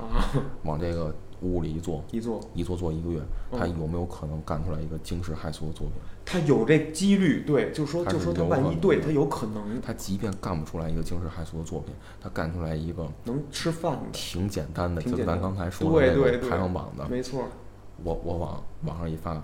Speaker 2: 往这个屋里一坐，
Speaker 1: 一做
Speaker 2: 一坐坐一个月，他
Speaker 1: 嗯
Speaker 2: 有没有可能干出来一个惊世骇俗的作品？
Speaker 1: 他有这几率，对，就说
Speaker 2: 他
Speaker 1: 就是说他
Speaker 2: 有
Speaker 1: 万
Speaker 2: 可
Speaker 1: 一
Speaker 2: 能
Speaker 1: 对
Speaker 2: 的
Speaker 1: 他有可能
Speaker 2: 他即便干不出来一个惊世骇俗的作品，他干出来一个
Speaker 1: 能吃饭的，
Speaker 2: 挺简单的，
Speaker 1: 挺
Speaker 2: 就
Speaker 1: 简
Speaker 2: 咱
Speaker 1: 单
Speaker 2: 刚才说的
Speaker 1: 对
Speaker 2: 那
Speaker 1: 对
Speaker 2: 个
Speaker 1: 对
Speaker 2: 排行榜的，
Speaker 1: 没错儿，
Speaker 2: 我我往网上一发，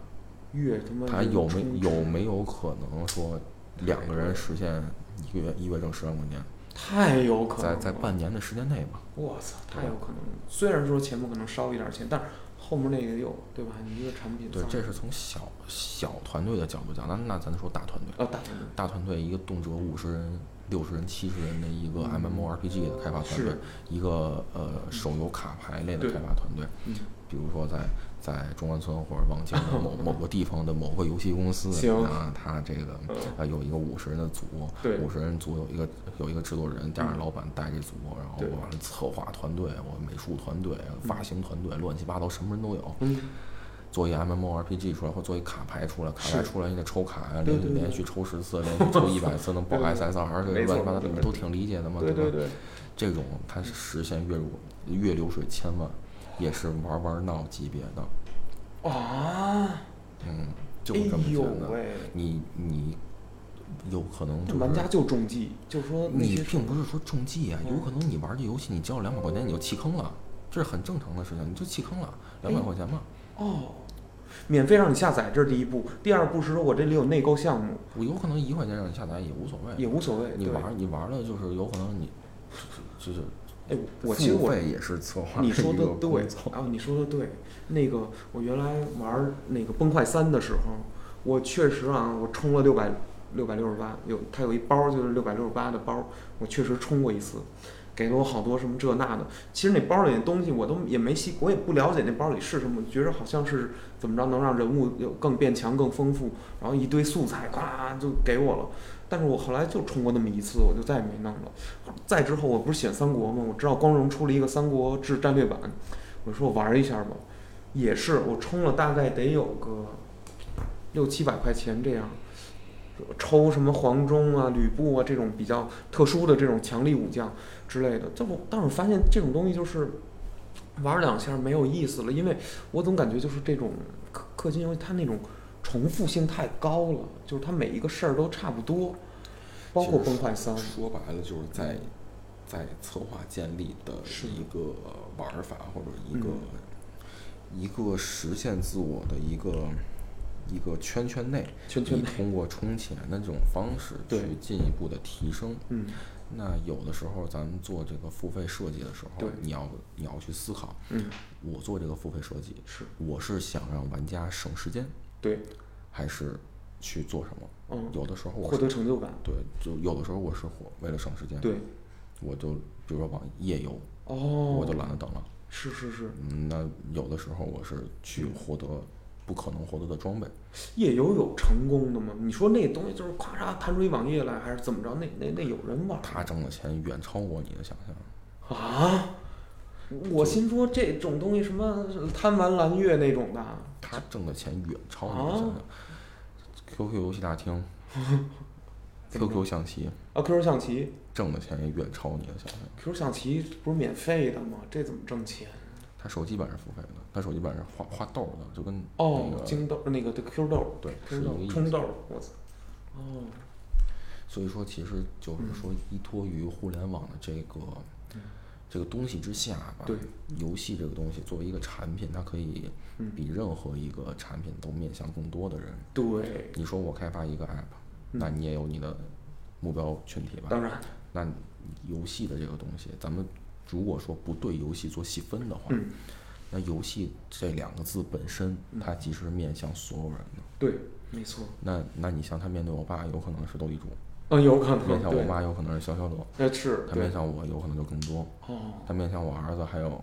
Speaker 1: 越他妈
Speaker 2: 他
Speaker 1: 越
Speaker 2: 有没
Speaker 1: 充
Speaker 2: 有没有可能说两个人实现一个月一月挣十万块钱，
Speaker 1: 太有可能
Speaker 2: 在
Speaker 1: 了，
Speaker 2: 在半年的时间内吧？
Speaker 1: 我操，太有可能了。虽然说前面可能烧一点钱，但是后面那个有，对吧？你一个产品
Speaker 2: 对，
Speaker 1: 仨
Speaker 2: 这是从小小团队的角度讲，那那咱说大团队，
Speaker 1: 呃大产品
Speaker 2: 大团队一个动辄五十人、六十人、七十人的一个 MMORPG 的开发团队
Speaker 1: 嗯是，
Speaker 2: 一个呃手游卡牌类的
Speaker 1: 对
Speaker 2: 开发团队，
Speaker 1: 嗯
Speaker 2: 比如说在在中关村或者望
Speaker 1: [laughs]
Speaker 2: 京的某某个地方的某个游戏公司
Speaker 1: 行
Speaker 2: 啊，它这个
Speaker 1: 嗯
Speaker 2: 呃有一个五十人的组，
Speaker 1: 对
Speaker 2: 五十人组有一个有一个制作人加上
Speaker 1: 嗯
Speaker 2: 老板带这组，然后
Speaker 1: 对
Speaker 2: 完了策划团队、我美术团队、发行团队，乱七八糟什么人都有。
Speaker 1: 嗯
Speaker 2: 做一 MMORPG 出来，或做一卡牌出来，卡牌
Speaker 1: 是
Speaker 2: 出来你得抽卡呀，
Speaker 1: 对对
Speaker 2: 连
Speaker 1: 对
Speaker 2: 连续抽十次，连续抽一百次，能爆
Speaker 1: [laughs] 对对
Speaker 2: SSR，这
Speaker 1: 没
Speaker 2: 个
Speaker 1: 错
Speaker 2: 乱七八糟
Speaker 1: 对
Speaker 2: 的，
Speaker 1: 对
Speaker 2: 你都挺理解的嘛，
Speaker 1: 对对
Speaker 2: 吧？
Speaker 1: 对，
Speaker 2: 这种它是实现月入月流水千万，也是玩玩闹级别的，
Speaker 1: 啊，
Speaker 2: 嗯，就
Speaker 1: 哎
Speaker 2: 是这么嗯
Speaker 1: 呦
Speaker 2: 简单。
Speaker 1: 喂，
Speaker 2: 你你有可能
Speaker 1: 这
Speaker 2: 就
Speaker 1: 玩
Speaker 2: 是
Speaker 1: 家就中计，就说那
Speaker 2: 你
Speaker 1: 些
Speaker 2: 并不是说中计啊，有
Speaker 1: 嗯
Speaker 2: 可能你玩这游戏你交了两百块钱你就弃坑了，这是很正常的事情，你就弃坑了，两百
Speaker 1: 哎
Speaker 2: 块钱嘛，
Speaker 1: 哦，免费让你下载，这是第一步。第二步是说我这里有内购项目，
Speaker 2: 我有可能一块钱让你下载也无所谓，
Speaker 1: 也无所谓。
Speaker 2: 哎你
Speaker 1: 对
Speaker 2: 玩儿你玩儿了就是有可能你就是
Speaker 1: 哎，我我其实
Speaker 2: 付
Speaker 1: 我
Speaker 2: 费也是策划
Speaker 1: 你
Speaker 2: 的
Speaker 1: 说
Speaker 2: 一
Speaker 1: 的
Speaker 2: 个
Speaker 1: 对
Speaker 2: 工作
Speaker 1: 啊，你说的对。那个我原来玩儿那个崩坏三的时候，我确实啊，我充了六百六百六十八，有它有一包就是六百六十八的包，我确实充过一次，给了我好多什么这那的。其实那包里的东西我都也没细，我也不了解那包里是什么，觉着好像是怎么着能让人物有更变强、更丰富，然后一堆素材咔就给我了。但是我后来就充过那么一次，我就再也没弄了。再之后，我不是选三国吗？我知道光荣出了一个《三国志战略版》，我说我玩一下吧，也是我充了大概得有个六七百块钱这样，抽什么黄忠啊、吕布啊这种比较特殊的这种强力武将之类的。这不，但是我发现这种东西就是玩两下没有意思了，因为我总感觉就是这种氪氪金游戏它那种重复性太高了，就是它每一个事儿都差不多，包括崩坏三。
Speaker 2: 说白了就是在在策划建立的
Speaker 1: 嗯是
Speaker 2: 一个玩儿法或者一
Speaker 1: 嗯
Speaker 2: 个、一个实现自我的一个一个圈圈内，
Speaker 1: 圈圈
Speaker 2: 你
Speaker 1: 内，
Speaker 2: 通过充钱的这种方式
Speaker 1: 对
Speaker 2: 去进一步的提升。
Speaker 1: 嗯
Speaker 2: 那有的时候咱们做这个付费设计的时候
Speaker 1: 对，
Speaker 2: 你要你要去思考，
Speaker 1: 嗯，
Speaker 2: 我做这个付费设计，
Speaker 1: 是
Speaker 2: 我是想让玩家省时间，
Speaker 1: 对，
Speaker 2: 还是去做什么？
Speaker 1: 嗯，
Speaker 2: 有的时候我
Speaker 1: 获
Speaker 2: 是
Speaker 1: 得成就感，
Speaker 2: 对，就有的时候我是火为了省时间，
Speaker 1: 对，
Speaker 2: 我就比如说往夜游，
Speaker 1: 哦，
Speaker 2: 我就懒得等了。
Speaker 1: 是是是，
Speaker 2: 嗯，那有的时候我是去获得不可能获得的装备，
Speaker 1: 夜游有成功的吗？你说那东西就是咔嚓弹出一网页来，还是怎么着？那那那有人玩
Speaker 2: 他挣的钱远超过你的想象。
Speaker 1: 啊？我心说这种东西什么贪玩蓝月那种的，啊
Speaker 2: 他挣的钱远超你的想
Speaker 1: 哦
Speaker 2: 象。QQ 游戏
Speaker 1: [laughs]
Speaker 2: 大厅
Speaker 1: 怎么
Speaker 2: ，QQ 象棋
Speaker 1: 啊，QQ 象棋
Speaker 2: 挣的钱也远超你的想象。
Speaker 1: ，QQ 象棋不是免费的吗？这怎么挣钱？
Speaker 2: 他手机版是付费的，他手机版是画画豆儿的，就跟
Speaker 1: 哦
Speaker 2: 那，个
Speaker 1: 金豆那个对 Q 豆
Speaker 2: 对是
Speaker 1: ，Q 豆
Speaker 2: 一个意
Speaker 1: 冲
Speaker 2: 思。
Speaker 1: 豆，我操！哦，
Speaker 2: 所以说，其实就是说依托于互联网的这个、
Speaker 1: 嗯
Speaker 2: 这个东西之下吧，
Speaker 1: 对，
Speaker 2: 游戏这个东西作为一个产品，它可以
Speaker 1: 嗯
Speaker 2: 比任何一个产品都面向更多的人。
Speaker 1: 对，
Speaker 2: 你说我开发一个 app，、
Speaker 1: 嗯
Speaker 2: 那你也有你的目标群体吧？
Speaker 1: 当然，
Speaker 2: 那游戏的这个东西，咱们如果说不对游戏做细分的话，
Speaker 1: 嗯，
Speaker 2: 那游戏这两个字本身，它其实是面向所有人的。
Speaker 1: 对，没错，
Speaker 2: 那那你像他面对我爸，有可能是斗地主；
Speaker 1: 嗯，有可
Speaker 2: 面
Speaker 1: 能，
Speaker 2: 向我
Speaker 1: 对，
Speaker 2: 妈，有可能是消消乐；
Speaker 1: 那是
Speaker 2: 他
Speaker 1: 对
Speaker 2: 面，向我，有可能就更多；
Speaker 1: 哦，
Speaker 2: 他面向我儿子，还有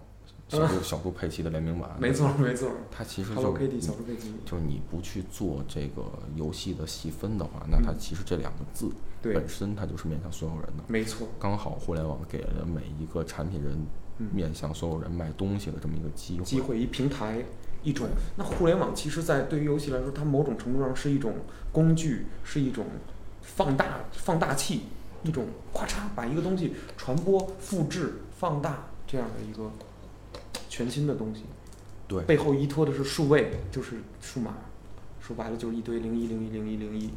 Speaker 2: 小猪小猪佩奇的联名版。
Speaker 1: 啊没错没错
Speaker 2: 它其实
Speaker 1: ，Hello
Speaker 2: 就是
Speaker 1: Kitty 小
Speaker 2: 你
Speaker 1: 猪佩奇，
Speaker 2: 就是你不去做这个游戏的细分的话，那它
Speaker 1: 嗯
Speaker 2: 其实这两个字
Speaker 1: 对
Speaker 2: 本，身它就是面向所有人的。
Speaker 1: 没错，
Speaker 2: 刚好互联网给了每一个产品人
Speaker 1: 嗯
Speaker 2: 面向所有人卖东西的这么一个机会。
Speaker 1: 机会一平台。一种，那互联网其实，在对于游戏来说，它某种程度上是一种工具，是一种放大放大器，一种咔嚓把一个东西传播、复制、放大这样的一个全新的东西。
Speaker 2: 对
Speaker 1: 背后依托的是数位，就是数码，说白了就是一堆零一零一零一零一，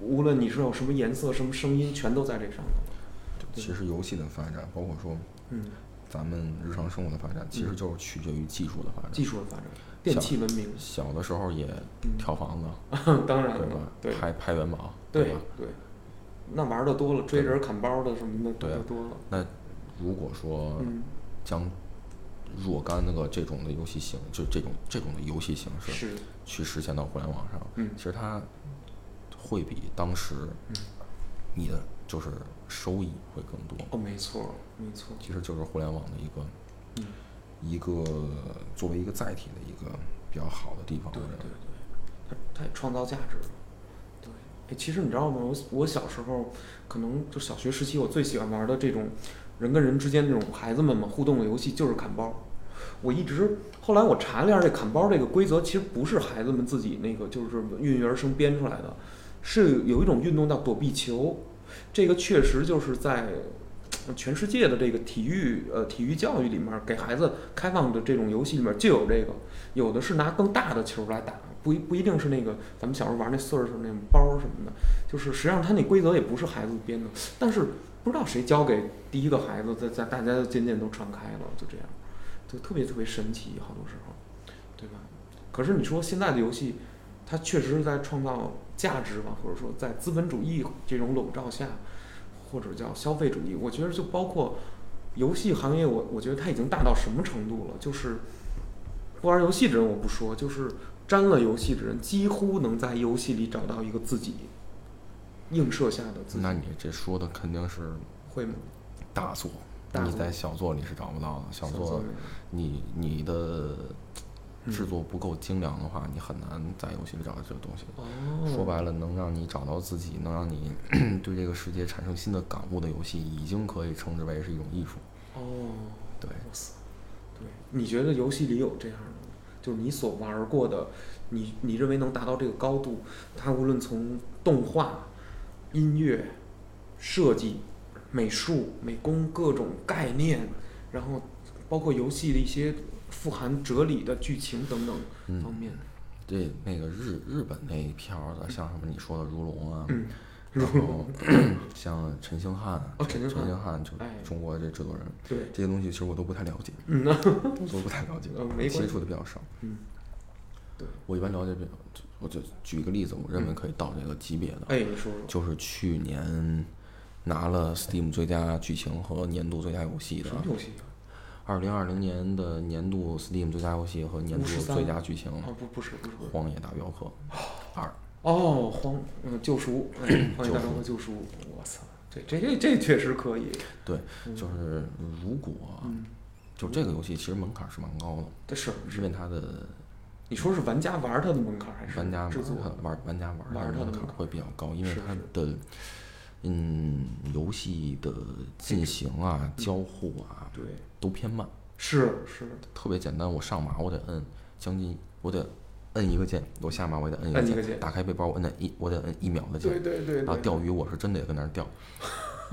Speaker 1: 无论你是有什么颜色、什么声音，全都在这上头。
Speaker 2: 其实游戏的发展，包括说
Speaker 1: 嗯，
Speaker 2: 咱们日常生活的发展，其实就是取决于技术的发展。
Speaker 1: 技术的发展，电器文明，嗯
Speaker 2: 小的时候也跳房子，
Speaker 1: [laughs] 当然
Speaker 2: 对吧
Speaker 1: 了，？对
Speaker 2: 拍拍元宝，
Speaker 1: 对
Speaker 2: 吧？
Speaker 1: 对，那玩的多了，追人砍包的什么的
Speaker 2: 对啊
Speaker 1: 就多了。
Speaker 2: 如果说
Speaker 1: 嗯，
Speaker 2: 将若干那个这种的游戏形，就这种这种的游戏形式
Speaker 1: 是，
Speaker 2: 去实现到互联网上，
Speaker 1: 嗯
Speaker 2: 其实它会比当时
Speaker 1: 嗯
Speaker 2: 你的就是收益会更多。
Speaker 1: 哦，没错，没错，
Speaker 2: 其实就是互联网的一个、
Speaker 1: 嗯
Speaker 2: 一个作为一个载体的一个比较好的地方。
Speaker 1: 对
Speaker 2: 我
Speaker 1: 对
Speaker 2: 认为
Speaker 1: 对，它它也创造价值了。对，哎，其实你知道吗？我我小时候可能就小学时期，我最喜欢玩的这种人跟人之间这种孩子们嘛互动的游戏就是砍包。我一直后来我查了一下这砍包这个规则，其实不是孩子们自己那个就是孕育而生编出来的，是有一种运动叫躲避球，这个确实就是在呃全世界的这个体育呃体育教育里面给孩子开放的这种游戏里面就有这个，有的是拿更大的球来打，不一不一定是那个咱们小时候玩那穗儿什么那种包儿什么的，就是实际上它那规则也不是孩子编的，但是不知道谁教给第一个孩子，在在大家就渐渐都传开了，就这样，就特别特别神奇，好多时候，对吧？可是你说现在的游戏，它确实是在创造价值吧，或者说在资本主义这种笼罩下，或者叫消费主义，我觉得就包括游戏行业，我我觉得它已经大到什么程度了？就是不玩游戏的人我不说，就是沾了游戏的人，几乎能在游戏里找到一个自己映射下的自己，
Speaker 2: 那你这说的肯定是
Speaker 1: 会吗？
Speaker 2: 大作，
Speaker 1: 大
Speaker 2: 你
Speaker 1: 作
Speaker 2: 在小作里是找不到的。小作，你你的
Speaker 1: 嗯
Speaker 2: 制作不够精良的话，你很难在游戏里找到这个东西。
Speaker 1: 哦，
Speaker 2: 说白了，能让你找到自己，能让你 [clears throat] 对这个世界产生新的感悟的游戏，已经可以称之为是一种艺术。
Speaker 1: 哦，
Speaker 2: 对，
Speaker 1: 哇塞，对，你觉得游戏里有这样的吗？就是你所玩儿过的，你你认为能达到这个高度，它无论从动画、音乐、设计、美术、美工各种概念，然后包括游戏的一些富含哲理的剧情等等
Speaker 2: 嗯
Speaker 1: 方，面，
Speaker 2: 对，那个日日本那一片儿的，像什么你说的如龙啊，
Speaker 1: 嗯，[laughs]
Speaker 2: 然后像陈星汉，
Speaker 1: 哦陈星汉
Speaker 2: 汉就是
Speaker 1: 哎
Speaker 2: 中国这制作人，
Speaker 1: 对，
Speaker 2: 这些东西其实我都不太了解，
Speaker 1: 嗯那
Speaker 2: 都不太了解
Speaker 1: 呃，没关系
Speaker 2: 接触的比较少。
Speaker 1: 嗯，对，
Speaker 2: 我一般了解比较，我就举一个例子，我
Speaker 1: 嗯
Speaker 2: 认为可以到这个级别的，
Speaker 1: 哎，你说说
Speaker 2: 就是去年拿了 Steam 最佳剧情和年度最佳游戏的
Speaker 1: 什么游戏啊？
Speaker 2: 二零二零年的年度 Steam 最佳游戏和年度
Speaker 1: 53
Speaker 2: 最佳剧情
Speaker 1: 哦，不，不是，不是，
Speaker 2: 《荒野大镖客二》。
Speaker 1: 哦，荒，嗯，救赎，哎荒野大镖客救赎，我操，这这这这确实可以，
Speaker 2: 对，就是啊如果
Speaker 1: 嗯，
Speaker 2: 就这个游戏其实门槛是蛮高的，
Speaker 1: 这是
Speaker 2: 是因为它的
Speaker 1: 你说是玩家玩它的门槛还是
Speaker 2: 玩家玩
Speaker 1: 制作？
Speaker 2: 它玩玩家
Speaker 1: 玩
Speaker 2: 玩它
Speaker 1: 它的
Speaker 2: 门
Speaker 1: 门
Speaker 2: 槛
Speaker 1: 槛
Speaker 2: 会比较高，因为
Speaker 1: 是
Speaker 2: 它
Speaker 1: 是
Speaker 2: 的嗯游戏的进行啊、交互啊
Speaker 1: 对，
Speaker 2: 都偏慢，
Speaker 1: 是是，
Speaker 2: 特别简单。我上马我得摁将近，我得摁一个键；我下马我也得摁
Speaker 1: 摁一
Speaker 2: 一个
Speaker 1: 个
Speaker 2: 键；
Speaker 1: 键
Speaker 2: 打开背包我摁了一我得摁一秒的键
Speaker 1: 对。对对
Speaker 2: 然后
Speaker 1: 对，
Speaker 2: 钓鱼我是真得跟那
Speaker 1: [laughs]
Speaker 2: 儿钓，比如说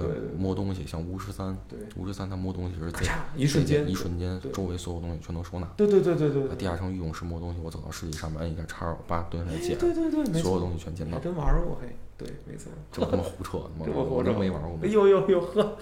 Speaker 1: 对对对
Speaker 2: 摸东西，像巫师三，
Speaker 1: 对，
Speaker 2: 巫师三它摸东西是
Speaker 1: 咔
Speaker 2: 最
Speaker 1: 嚓，一瞬间
Speaker 2: 一，瞬间
Speaker 1: 对
Speaker 2: 周围所有东西全都收纳。
Speaker 1: 对对对对对
Speaker 2: 那
Speaker 1: 对，
Speaker 2: 地下城御勇士摸东西，我走到尸体上面摁一下叉，我叭蹲下来
Speaker 1: 哎
Speaker 2: 捡，
Speaker 1: 对对对，没
Speaker 2: 所有
Speaker 1: 错，
Speaker 2: 东西全捡到
Speaker 1: 还，真玩过，嘿，对，没错，
Speaker 2: 这他妈胡扯，他妈
Speaker 1: 这我
Speaker 2: 我
Speaker 1: 活
Speaker 2: 都
Speaker 1: 着
Speaker 2: 没玩过。
Speaker 1: 哎呦呦呦呵，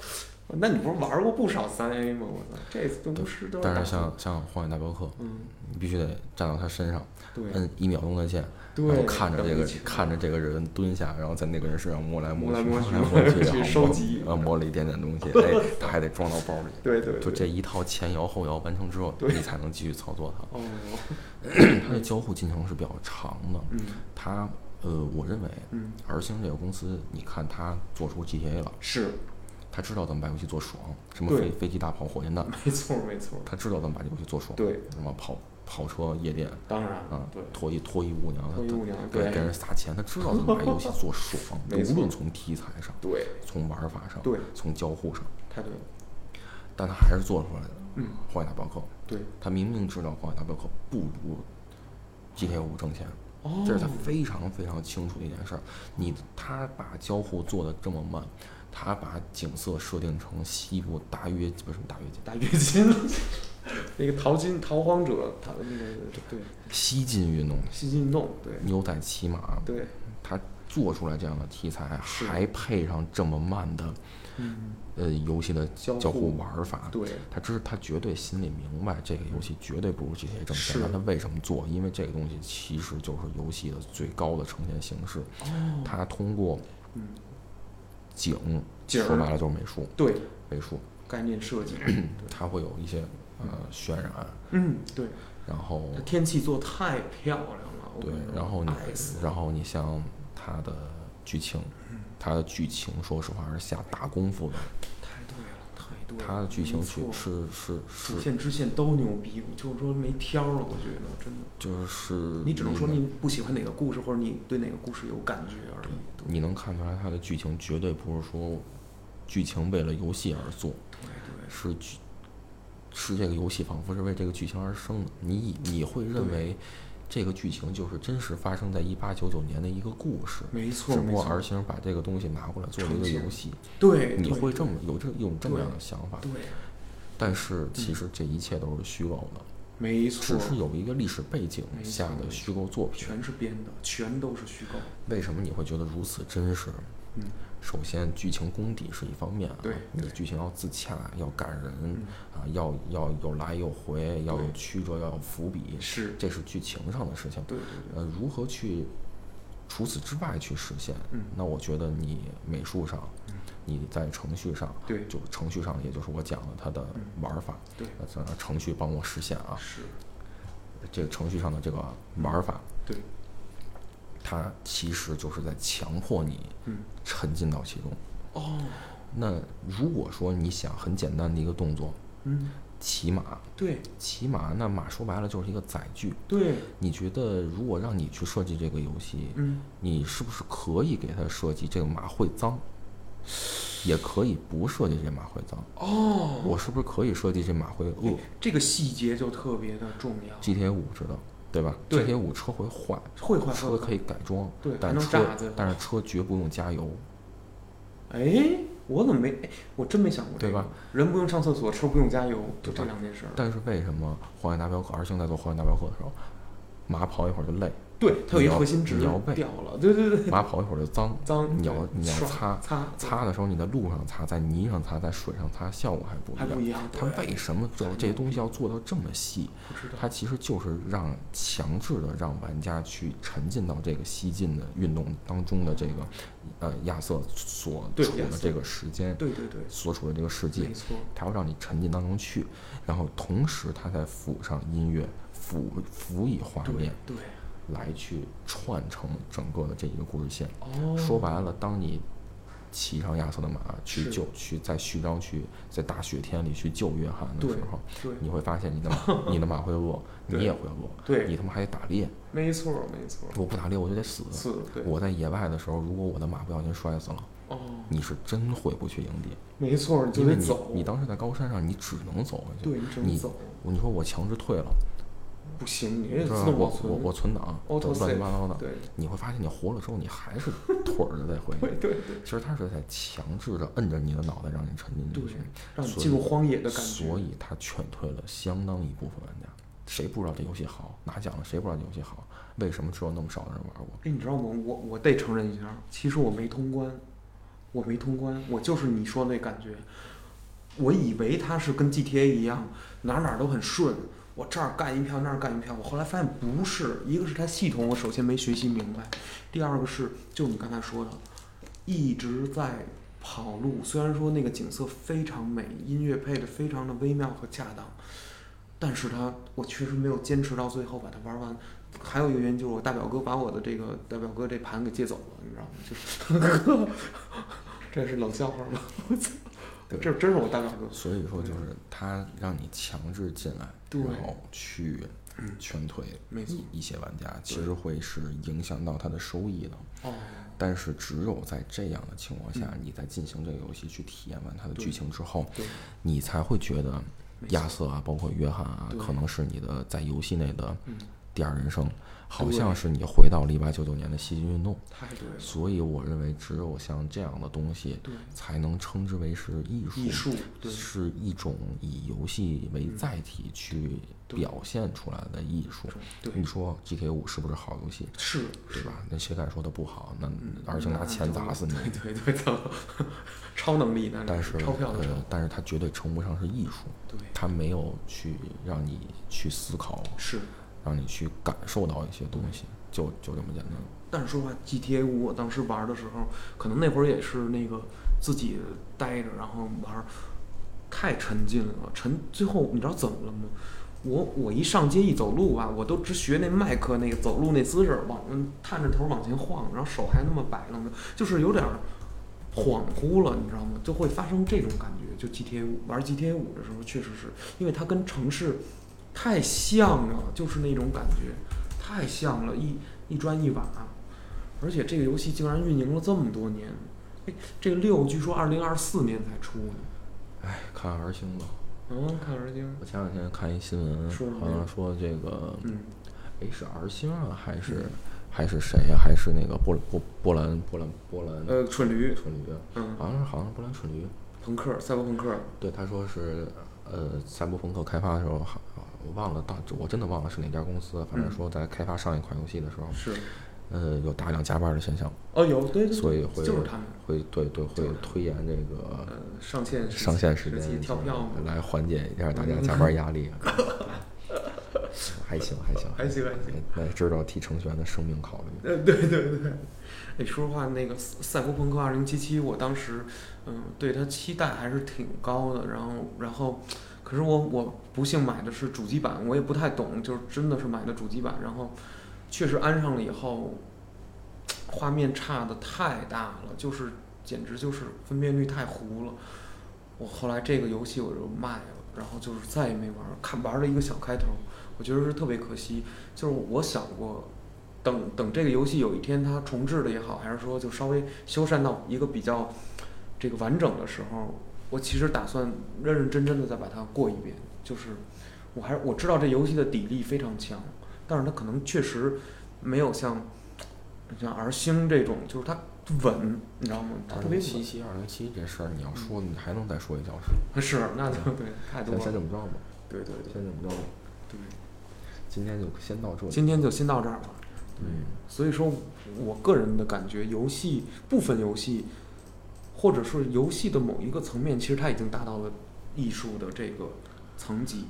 Speaker 1: 那你不是玩过不少三 A 吗？我操，这都不是都
Speaker 2: 但是像像《荒野大镖客》，
Speaker 1: 嗯，
Speaker 2: 你必须得站到他身上，
Speaker 1: 对
Speaker 2: 摁一秒钟的键，
Speaker 1: 对，
Speaker 2: 嗯然后看着这
Speaker 1: 等
Speaker 2: 个
Speaker 1: 你去
Speaker 2: 看着这个人蹲下，然后在那个人身上摸来摸
Speaker 1: 摸来
Speaker 2: 去，
Speaker 1: 摸
Speaker 2: 摸
Speaker 1: 去
Speaker 2: 来摸
Speaker 1: [laughs]
Speaker 2: 去，
Speaker 1: 去
Speaker 2: 然后
Speaker 1: 收
Speaker 2: 摸
Speaker 1: 集
Speaker 2: 呃摸了一点点
Speaker 1: [laughs]
Speaker 2: 东西，哎，他还得装到包里。
Speaker 1: 对对
Speaker 2: 就
Speaker 1: 对，
Speaker 2: 这一套前摇后摇完成之后，
Speaker 1: 对
Speaker 2: 你才能继续操作
Speaker 1: [clears throat]
Speaker 2: 它。
Speaker 1: 哦，
Speaker 2: 它的交互进程是比较长的。
Speaker 1: 嗯
Speaker 2: 它呃，我认为
Speaker 1: 嗯，
Speaker 2: 儿星这个公司，你看它做出 GTA 了，
Speaker 1: 是
Speaker 2: 他知道怎么把游戏做爽，什么
Speaker 1: 对
Speaker 2: 飞飞机大炮、火箭弹，
Speaker 1: 没错没错，
Speaker 2: 他知道怎么把这游戏做爽。
Speaker 1: 对，
Speaker 2: 什么跑跑车、夜店
Speaker 1: 当然
Speaker 2: 啊
Speaker 1: 对，，
Speaker 2: 脱衣脱衣舞娘，他
Speaker 1: 脱衣舞娘
Speaker 2: 啊给
Speaker 1: 对
Speaker 2: 给人撒钱，他知道怎么把游戏做爽
Speaker 1: [laughs] ，没错
Speaker 2: 无论从题材上、
Speaker 1: 对
Speaker 2: 从玩法上、
Speaker 1: 对，
Speaker 2: 从交互上，
Speaker 1: 太对了，
Speaker 2: 但他还是做出来的。
Speaker 1: 嗯，
Speaker 2: 《荒野大镖客》，
Speaker 1: 对，
Speaker 2: 他明明知道《荒野大镖客》不如 GTA 五挣钱，
Speaker 1: 哦，
Speaker 2: 这是他非常非常清楚的一件事儿。你他把交互做的这么慢，他把景色设定成西部大跃不是什么大跃进，
Speaker 1: 打月经， [laughs] 那个淘金逃荒者，他的那个对
Speaker 2: 西进运动，
Speaker 1: 西进洞，对
Speaker 2: 牛仔骑马，
Speaker 1: 对，
Speaker 2: 他做出来这样的题材，
Speaker 1: 是
Speaker 2: 还配上这么慢的
Speaker 1: 嗯，
Speaker 2: 呃游戏的
Speaker 1: 交
Speaker 2: 交
Speaker 1: 互
Speaker 2: 互啊玩法。
Speaker 1: 对，
Speaker 2: 他知他绝对心里明白这个游戏绝对不如 GTA 挣
Speaker 1: 是
Speaker 2: 钱，但他为什么做？因为这个东西其实就是游戏的最高的呈现形式。
Speaker 1: 哦，
Speaker 2: 他通过
Speaker 1: 嗯
Speaker 2: 景，
Speaker 1: 景儿
Speaker 2: 说白了就是美术，
Speaker 1: 对
Speaker 2: 美术
Speaker 1: 概念设计，
Speaker 2: [clears throat] 它会有一些呃渲染，
Speaker 1: 嗯，对，
Speaker 2: 然后
Speaker 1: 它天气做太漂亮了，我哎
Speaker 2: 哦对
Speaker 1: 跟你，说
Speaker 2: 然后你
Speaker 1: 爱死，
Speaker 2: 然后你像它的剧情，
Speaker 1: 嗯
Speaker 2: 它的剧情说实话是下大功夫的，
Speaker 1: 太对了，太对了，
Speaker 2: 它的剧情
Speaker 1: 没
Speaker 2: 去
Speaker 1: 错
Speaker 2: 是是
Speaker 1: 主
Speaker 2: 是
Speaker 1: 线支线都牛逼，我就是说没挑了，我觉得真的，
Speaker 2: 就是
Speaker 1: 你只能说
Speaker 2: 能
Speaker 1: 你不喜欢哪个故事，或者你对哪个故事有感觉而已，对
Speaker 2: 你能看出来它的剧情绝对不是说剧情为了游戏而做，
Speaker 1: 对对
Speaker 2: 是剧，是这个游戏仿佛是为这个剧情而生的。你以你会认
Speaker 1: 对
Speaker 2: 为这个剧情就是真实发生在一八九九年的一个故事，
Speaker 1: 没
Speaker 2: 只
Speaker 1: 错，
Speaker 2: 不
Speaker 1: 没
Speaker 2: 过
Speaker 1: 错，
Speaker 2: 儿星把这个东西拿过来做了一
Speaker 1: 呈
Speaker 2: 个
Speaker 1: 现
Speaker 2: 游戏，
Speaker 1: 对，
Speaker 2: 你
Speaker 1: 对
Speaker 2: 会这么有这有这么样的想法。
Speaker 1: 对，
Speaker 2: 但是其实这一切都是虚构的，
Speaker 1: 没错
Speaker 2: 只，是有一个历史背景
Speaker 1: 没
Speaker 2: 下
Speaker 1: 错
Speaker 2: 的虚构作品。
Speaker 1: 全是编的，全都是虚构的，
Speaker 2: 为什么你会觉得如此真实？
Speaker 1: 嗯，
Speaker 2: 首先，剧情功底是一方面啊，
Speaker 1: 对
Speaker 2: 你的
Speaker 1: 对
Speaker 2: 剧情要自洽，要感人，
Speaker 1: 嗯
Speaker 2: 啊，要要有来有回，要
Speaker 1: 对
Speaker 2: 有曲折，要有伏笔，
Speaker 1: 是，
Speaker 2: 这是剧情上的事情。
Speaker 1: 对对对，
Speaker 2: 呃，如何去除此之外去实现？
Speaker 1: 嗯
Speaker 2: 那我觉得你美术上，
Speaker 1: 嗯
Speaker 2: 你在程序上，
Speaker 1: 对
Speaker 2: 就程序上，也就是我讲的它的
Speaker 1: 嗯
Speaker 2: 玩法，
Speaker 1: 对
Speaker 2: 呃，咱让程序帮我实现啊，
Speaker 1: 是，
Speaker 2: 这个程序上的这个玩法，
Speaker 1: 对，
Speaker 2: 它其实就是在强迫你
Speaker 1: 嗯，
Speaker 2: 沉浸到其中。
Speaker 1: 哦，
Speaker 2: 那如果说你想很简单的一个动作，
Speaker 1: 嗯，
Speaker 2: 骑马，
Speaker 1: 对
Speaker 2: 骑马，那马说白了就是一个载具。
Speaker 1: 对，
Speaker 2: 你觉得如果让你去设计这个游戏，
Speaker 1: 嗯，
Speaker 2: 你是不是可以给它设计这个马会脏？也可以不设计这马会脏，
Speaker 1: 哦，
Speaker 2: 我是不是可以设计这马会饿
Speaker 1: 这个细节就特别的重要，
Speaker 2: ？GTA 五知道，对吧
Speaker 1: 对
Speaker 2: ？GTA 五车会坏，
Speaker 1: 会坏
Speaker 2: 车
Speaker 1: 会
Speaker 2: 可
Speaker 1: 坏，
Speaker 2: 以改装，
Speaker 1: 对，还
Speaker 2: 但
Speaker 1: 能
Speaker 2: 车
Speaker 1: 炸子，
Speaker 2: 但是车绝不用加油，
Speaker 1: 哎，我怎么没？哎，我真没想过这
Speaker 2: 对
Speaker 1: 个，
Speaker 2: 吧？
Speaker 1: 人不用上厕所，车不用加油，就
Speaker 2: 对吧
Speaker 1: 这两件事儿。
Speaker 2: 但是为什么《荒野大镖客》二星在做《荒野大镖客》的时候，马跑一会儿就累，
Speaker 1: 对，它有一
Speaker 2: 你
Speaker 1: 个
Speaker 2: 要
Speaker 1: 核心值
Speaker 2: 你要背
Speaker 1: 掉了，对对对，
Speaker 2: 马跑一会儿就脏，
Speaker 1: 脏，
Speaker 2: 你
Speaker 1: 对
Speaker 2: 要你要
Speaker 1: 刷
Speaker 2: 擦
Speaker 1: 擦
Speaker 2: 擦的时候，你在路上擦，在泥上擦，在水上擦，效果还不
Speaker 1: 还
Speaker 2: 一
Speaker 1: 不
Speaker 2: 样。
Speaker 1: 一样，
Speaker 2: 它
Speaker 1: 对
Speaker 2: 为什么这这些东西要做到这么细？
Speaker 1: 不知道，
Speaker 2: 它其实就是让强制的让玩家去沉浸到这个西进的运动当中的这个，呃，亚瑟所
Speaker 1: 对
Speaker 2: 处
Speaker 1: 亚
Speaker 2: 的
Speaker 1: 瑟
Speaker 2: 这个时间，
Speaker 1: 对对对，
Speaker 2: 所处的这个世界
Speaker 1: 没，错，
Speaker 2: 它要让你沉浸当中去，然后同时它再辅上音乐，辅辅以画
Speaker 1: 对
Speaker 2: 面
Speaker 1: 对，
Speaker 2: 来去串成整个的这一个故事线。
Speaker 1: 哦，
Speaker 2: 说白了，当你骑上亚瑟的马去
Speaker 1: 是
Speaker 2: 救去在序章去在大雪天里去救约翰的
Speaker 1: 对
Speaker 2: 时候，
Speaker 1: 对
Speaker 2: 你会发现你
Speaker 1: [laughs]
Speaker 2: 的马你的马会饿，你
Speaker 1: 对
Speaker 2: 也会饿，
Speaker 1: 对，
Speaker 2: 你他呃妈还得打猎。
Speaker 1: 没错没错，
Speaker 2: 我不打猎我就得死。
Speaker 1: 是，对，
Speaker 2: 我在野外的时候，如果我的马不小心摔死了，
Speaker 1: 哦，
Speaker 2: 你是真回不去营地，
Speaker 1: 没错，你就
Speaker 2: 因为
Speaker 1: 得
Speaker 2: 你
Speaker 1: 走，
Speaker 2: 你当时在高山上，你只能走回去。
Speaker 1: 对你只能
Speaker 2: 你
Speaker 1: 走，
Speaker 2: 我你说我强制退了，
Speaker 1: 不行，你这
Speaker 2: 是
Speaker 1: 自
Speaker 2: 吧？
Speaker 1: 动
Speaker 2: 啊我
Speaker 1: 保存
Speaker 2: 我我存档，
Speaker 1: Auto
Speaker 2: 都乱七八糟的，
Speaker 1: 对
Speaker 2: 你会发现你活了之后，你还是腿儿着再
Speaker 1: [laughs]
Speaker 2: 回
Speaker 1: 对
Speaker 2: 去。
Speaker 1: 对对，
Speaker 2: 其实它是在强制的摁着你的脑袋，让你沉浸进
Speaker 1: 对
Speaker 2: 去，
Speaker 1: 让你
Speaker 2: 嗯所
Speaker 1: 进入
Speaker 2: 以
Speaker 1: 荒野的感觉，
Speaker 2: 所以它劝退了相当一部分玩家。谁不知道这游戏好？拿奖了谁不知道这游戏好？为什么只有那么少的人玩过？
Speaker 1: 哎，你知道吗？我我得承认一下，其实我没通关，我没通关，我就是你说那感觉，我以为它是跟 GTA 一样，哪儿哪儿都很顺，我这儿干一票那儿干一票。我后来发现不是，一个是它系统我首先没学习明白，第二个是就是你刚才说的，一直在跑路。虽然说那个景色非常美，音乐配的非常的微妙和恰当，但是它我确实没有坚持到最后把它玩完。还有一个原因就是我大表哥把我的这个大表哥这盘给借走了，你知道吗？就是 [laughs] 这是冷笑话吗？ [laughs] 我操！
Speaker 2: 对
Speaker 1: 这真是我大表哥。
Speaker 2: 所以说就是他让你强制进来，
Speaker 1: 对
Speaker 2: 然后去劝退
Speaker 1: 没错。
Speaker 2: 一些玩家，其实会是影响到他的收益的。
Speaker 1: 哦，
Speaker 2: 但是只有在这样的情况下，你在进行这个游戏去体验完它的
Speaker 1: 对
Speaker 2: 剧情之后
Speaker 1: 嗯对，
Speaker 2: 你才会觉得
Speaker 1: 没
Speaker 2: 亚瑟啊，包括约翰啊
Speaker 1: 对，
Speaker 2: 可能是你的在游戏内的
Speaker 1: 嗯
Speaker 2: 第二人生，好
Speaker 1: 对
Speaker 2: 像是你回到了一八九九年的戏剧运动。
Speaker 1: 太对了。
Speaker 2: 所以我认为，只有像这样的东西，
Speaker 1: 对，
Speaker 2: 才能称之为是艺术。
Speaker 1: 艺术对
Speaker 2: 是一种以游戏为
Speaker 1: 嗯
Speaker 2: 载体去
Speaker 1: 对
Speaker 2: 表现出来的艺术。
Speaker 1: 对
Speaker 2: 你说 GTA 五是不是好游戏？
Speaker 1: 是
Speaker 2: 对吧？那谁敢说它不好？那
Speaker 1: 嗯
Speaker 2: 而且拿钱砸死你。
Speaker 1: 对对对，操，超能力那是
Speaker 2: 但是
Speaker 1: 钞票的超
Speaker 2: 呃，但是它绝对称不上是艺术，
Speaker 1: 对
Speaker 2: 它没有去让你去思考，
Speaker 1: 是。
Speaker 2: 让你去感受到一些东西，就就这么简单。
Speaker 1: 但是说实话，GTA 五我当时玩的时候，可能那会儿也是那个自己待着，然后玩儿，太沉浸了。沉最后你知道怎么了吗？我我一上街一走路吧，我都只学那麦克那个走路那姿势，往嗯探着头往前晃，然后手还那么摆弄着，就是有点儿恍惚了，你知道吗？就会发生这种感觉。就 GTA 五玩 GTA 五的时候，确实是因为它跟城市太像了，就是那种感觉，太像了，一一砖一瓦。而且这个游戏竟然运营了这么多年，哎，这个六据说二零二四年才出呢。
Speaker 2: 哎，看而行吧。
Speaker 1: 嗯，看而今，
Speaker 2: 我前两天看一新闻，
Speaker 1: 说什么
Speaker 2: 好
Speaker 1: 呀
Speaker 2: 像说这个，
Speaker 1: 嗯，
Speaker 2: 哎，是 R 星啊，还是、
Speaker 1: 嗯
Speaker 2: 还是谁呀、还是那个波波波兰波兰波兰
Speaker 1: 呃，蠢驴，
Speaker 2: 蠢驴？啊
Speaker 1: 嗯，
Speaker 2: 好像是好像是波兰蠢驴。
Speaker 1: 朋克，赛博朋克，
Speaker 2: 对，他说是呃，赛博朋克开发的时候，好我忘了当我真的忘了是哪家公司，反
Speaker 1: 嗯
Speaker 2: 正说在开发上一款游戏的时候，
Speaker 1: 是，
Speaker 2: 呃，有大量加班的现象，
Speaker 1: 哦，有，对对，
Speaker 2: 所以
Speaker 1: 对
Speaker 2: 会
Speaker 1: 就是他们，
Speaker 2: 会对对会
Speaker 1: 就是
Speaker 2: 推延这个
Speaker 1: 呃，上线时
Speaker 2: 上线时
Speaker 1: 时期
Speaker 2: 间，
Speaker 1: 跳票嘛，
Speaker 2: 来缓解一下大家加班压力。 [laughs] 还行还行
Speaker 1: 还行还行。
Speaker 2: 那也知道替程序员的生命考虑。
Speaker 1: 呃，对对对。哎，说实话，那个《赛博朋克二零七七》，我当时，嗯，对它期待还是挺高的。然后，然后，可是我我不幸买的是主机版，我也不太懂，就是真的是买的主机版。然后，确实安上了以后，画面差的太大了，就是简直就是分辨率太糊了。我后来这个游戏我就卖了，然后就是再也没玩儿，看玩儿了一个小开头，我觉得是特别可惜。就是我想过，等等这个游戏有一天它重置了也好，还是说就稍微修缮到一个比较这个完整的时候，我其实打算认认真真的再把它过一遍。就是我还是我知道这游戏的底力非常强，但是它可能确实没有像像 R 星这种，就是它稳，你知道吗？它
Speaker 2: 二
Speaker 1: 特别嗯
Speaker 2: 零七
Speaker 1: 稳。
Speaker 2: 七二零七这事儿，你要说你还能再说一小时，
Speaker 1: 是，那就对，太多
Speaker 2: 先先
Speaker 1: 了。
Speaker 2: 这么着吧，
Speaker 1: 对对
Speaker 2: 先
Speaker 1: 对
Speaker 2: 这么着吧，
Speaker 1: 对。
Speaker 2: 今天就先到这里。
Speaker 1: 今天就先到这儿吧。
Speaker 2: 嗯，
Speaker 1: 所以说，我个人的感觉，游戏部分游戏，或者是游戏的某一个层面，其实它已经达到了艺术的这个层级，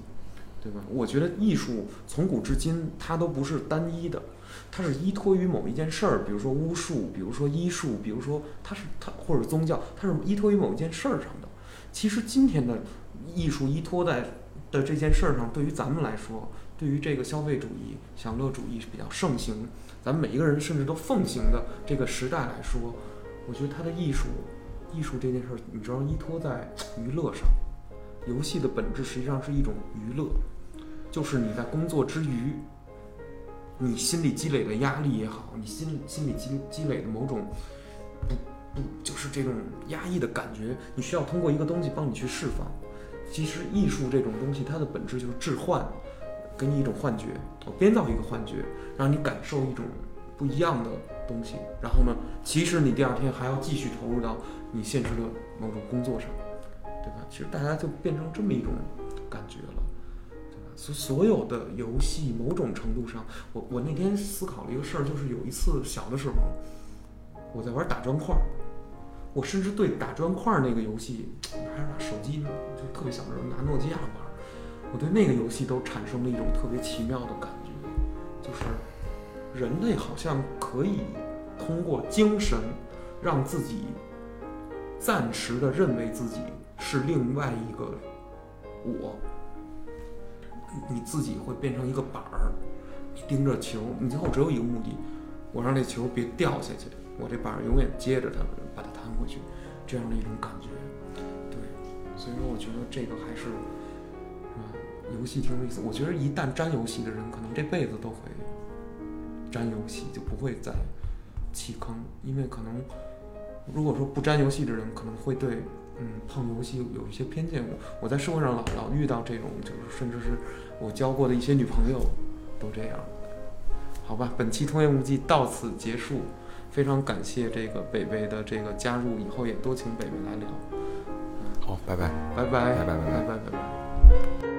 Speaker 1: 对吧？我觉得艺术从古至今，它都不是单一的，它是依托于某一件事儿，比如说巫术，比如说医术，比如说它是它或者宗教，它是依托于某一件事儿上的。其实今天的艺术依托在的这件事儿上，对于咱们来说，对于这个消费主义、享乐主义是比较盛行的咱们每一个人甚至都奉行的这个时代来说，我觉得它的艺术，艺术这件事儿，你知道依托在娱乐上，游戏的本质实际上是一种娱乐，就是你在工作之余，你心里积累的压力也好，你心心里积积累的某种不不就是这种压抑的感觉，你需要通过一个东西帮你去释放。其实艺术这种东西，它的本质就是置换，给你一种幻觉，我编造一个幻觉，让你感受一种不一样的东西。然后呢，其实你第二天还要继续投入到你现实的某种工作上，对吧？其实大家就变成这么一种感觉了，对吧？所所有的游戏，某种程度上，我我那天思考了一个事儿，就是有一次小的时候，我在玩打砖块儿，我甚至对打砖块儿那个游戏，还是拿手机呢，就特别小时候拿诺基亚玩儿，我对那个游戏都产生了一种特别奇妙的感觉，就是人类好像可以通过精神让自己暂时的认为自己是另外一个我，你自己会变成一个板儿，你盯着球，你最后只有一个目的，我让这球别掉下去，我这板儿永远接着它，把它弹回去，这样的一种感觉。对，所以说我觉得这个还是，嗯，游戏挺有意思。我觉得一旦沾游戏的人，可能这辈子都会沾游戏，就不会再弃坑，因为可能如果说不沾游戏的人，可能会对。嗯，碰游戏有一些偏见。我我在社会上老老遇到这种，就是甚至是我交过的一些女朋友都这样。好吧，本期《通言无忌》到此结束，非常感谢这个北北的这个加入，以后也多请北北来聊。
Speaker 2: 哦，拜拜。
Speaker 1: 拜拜，
Speaker 2: 拜拜拜拜
Speaker 1: 拜拜，拜拜。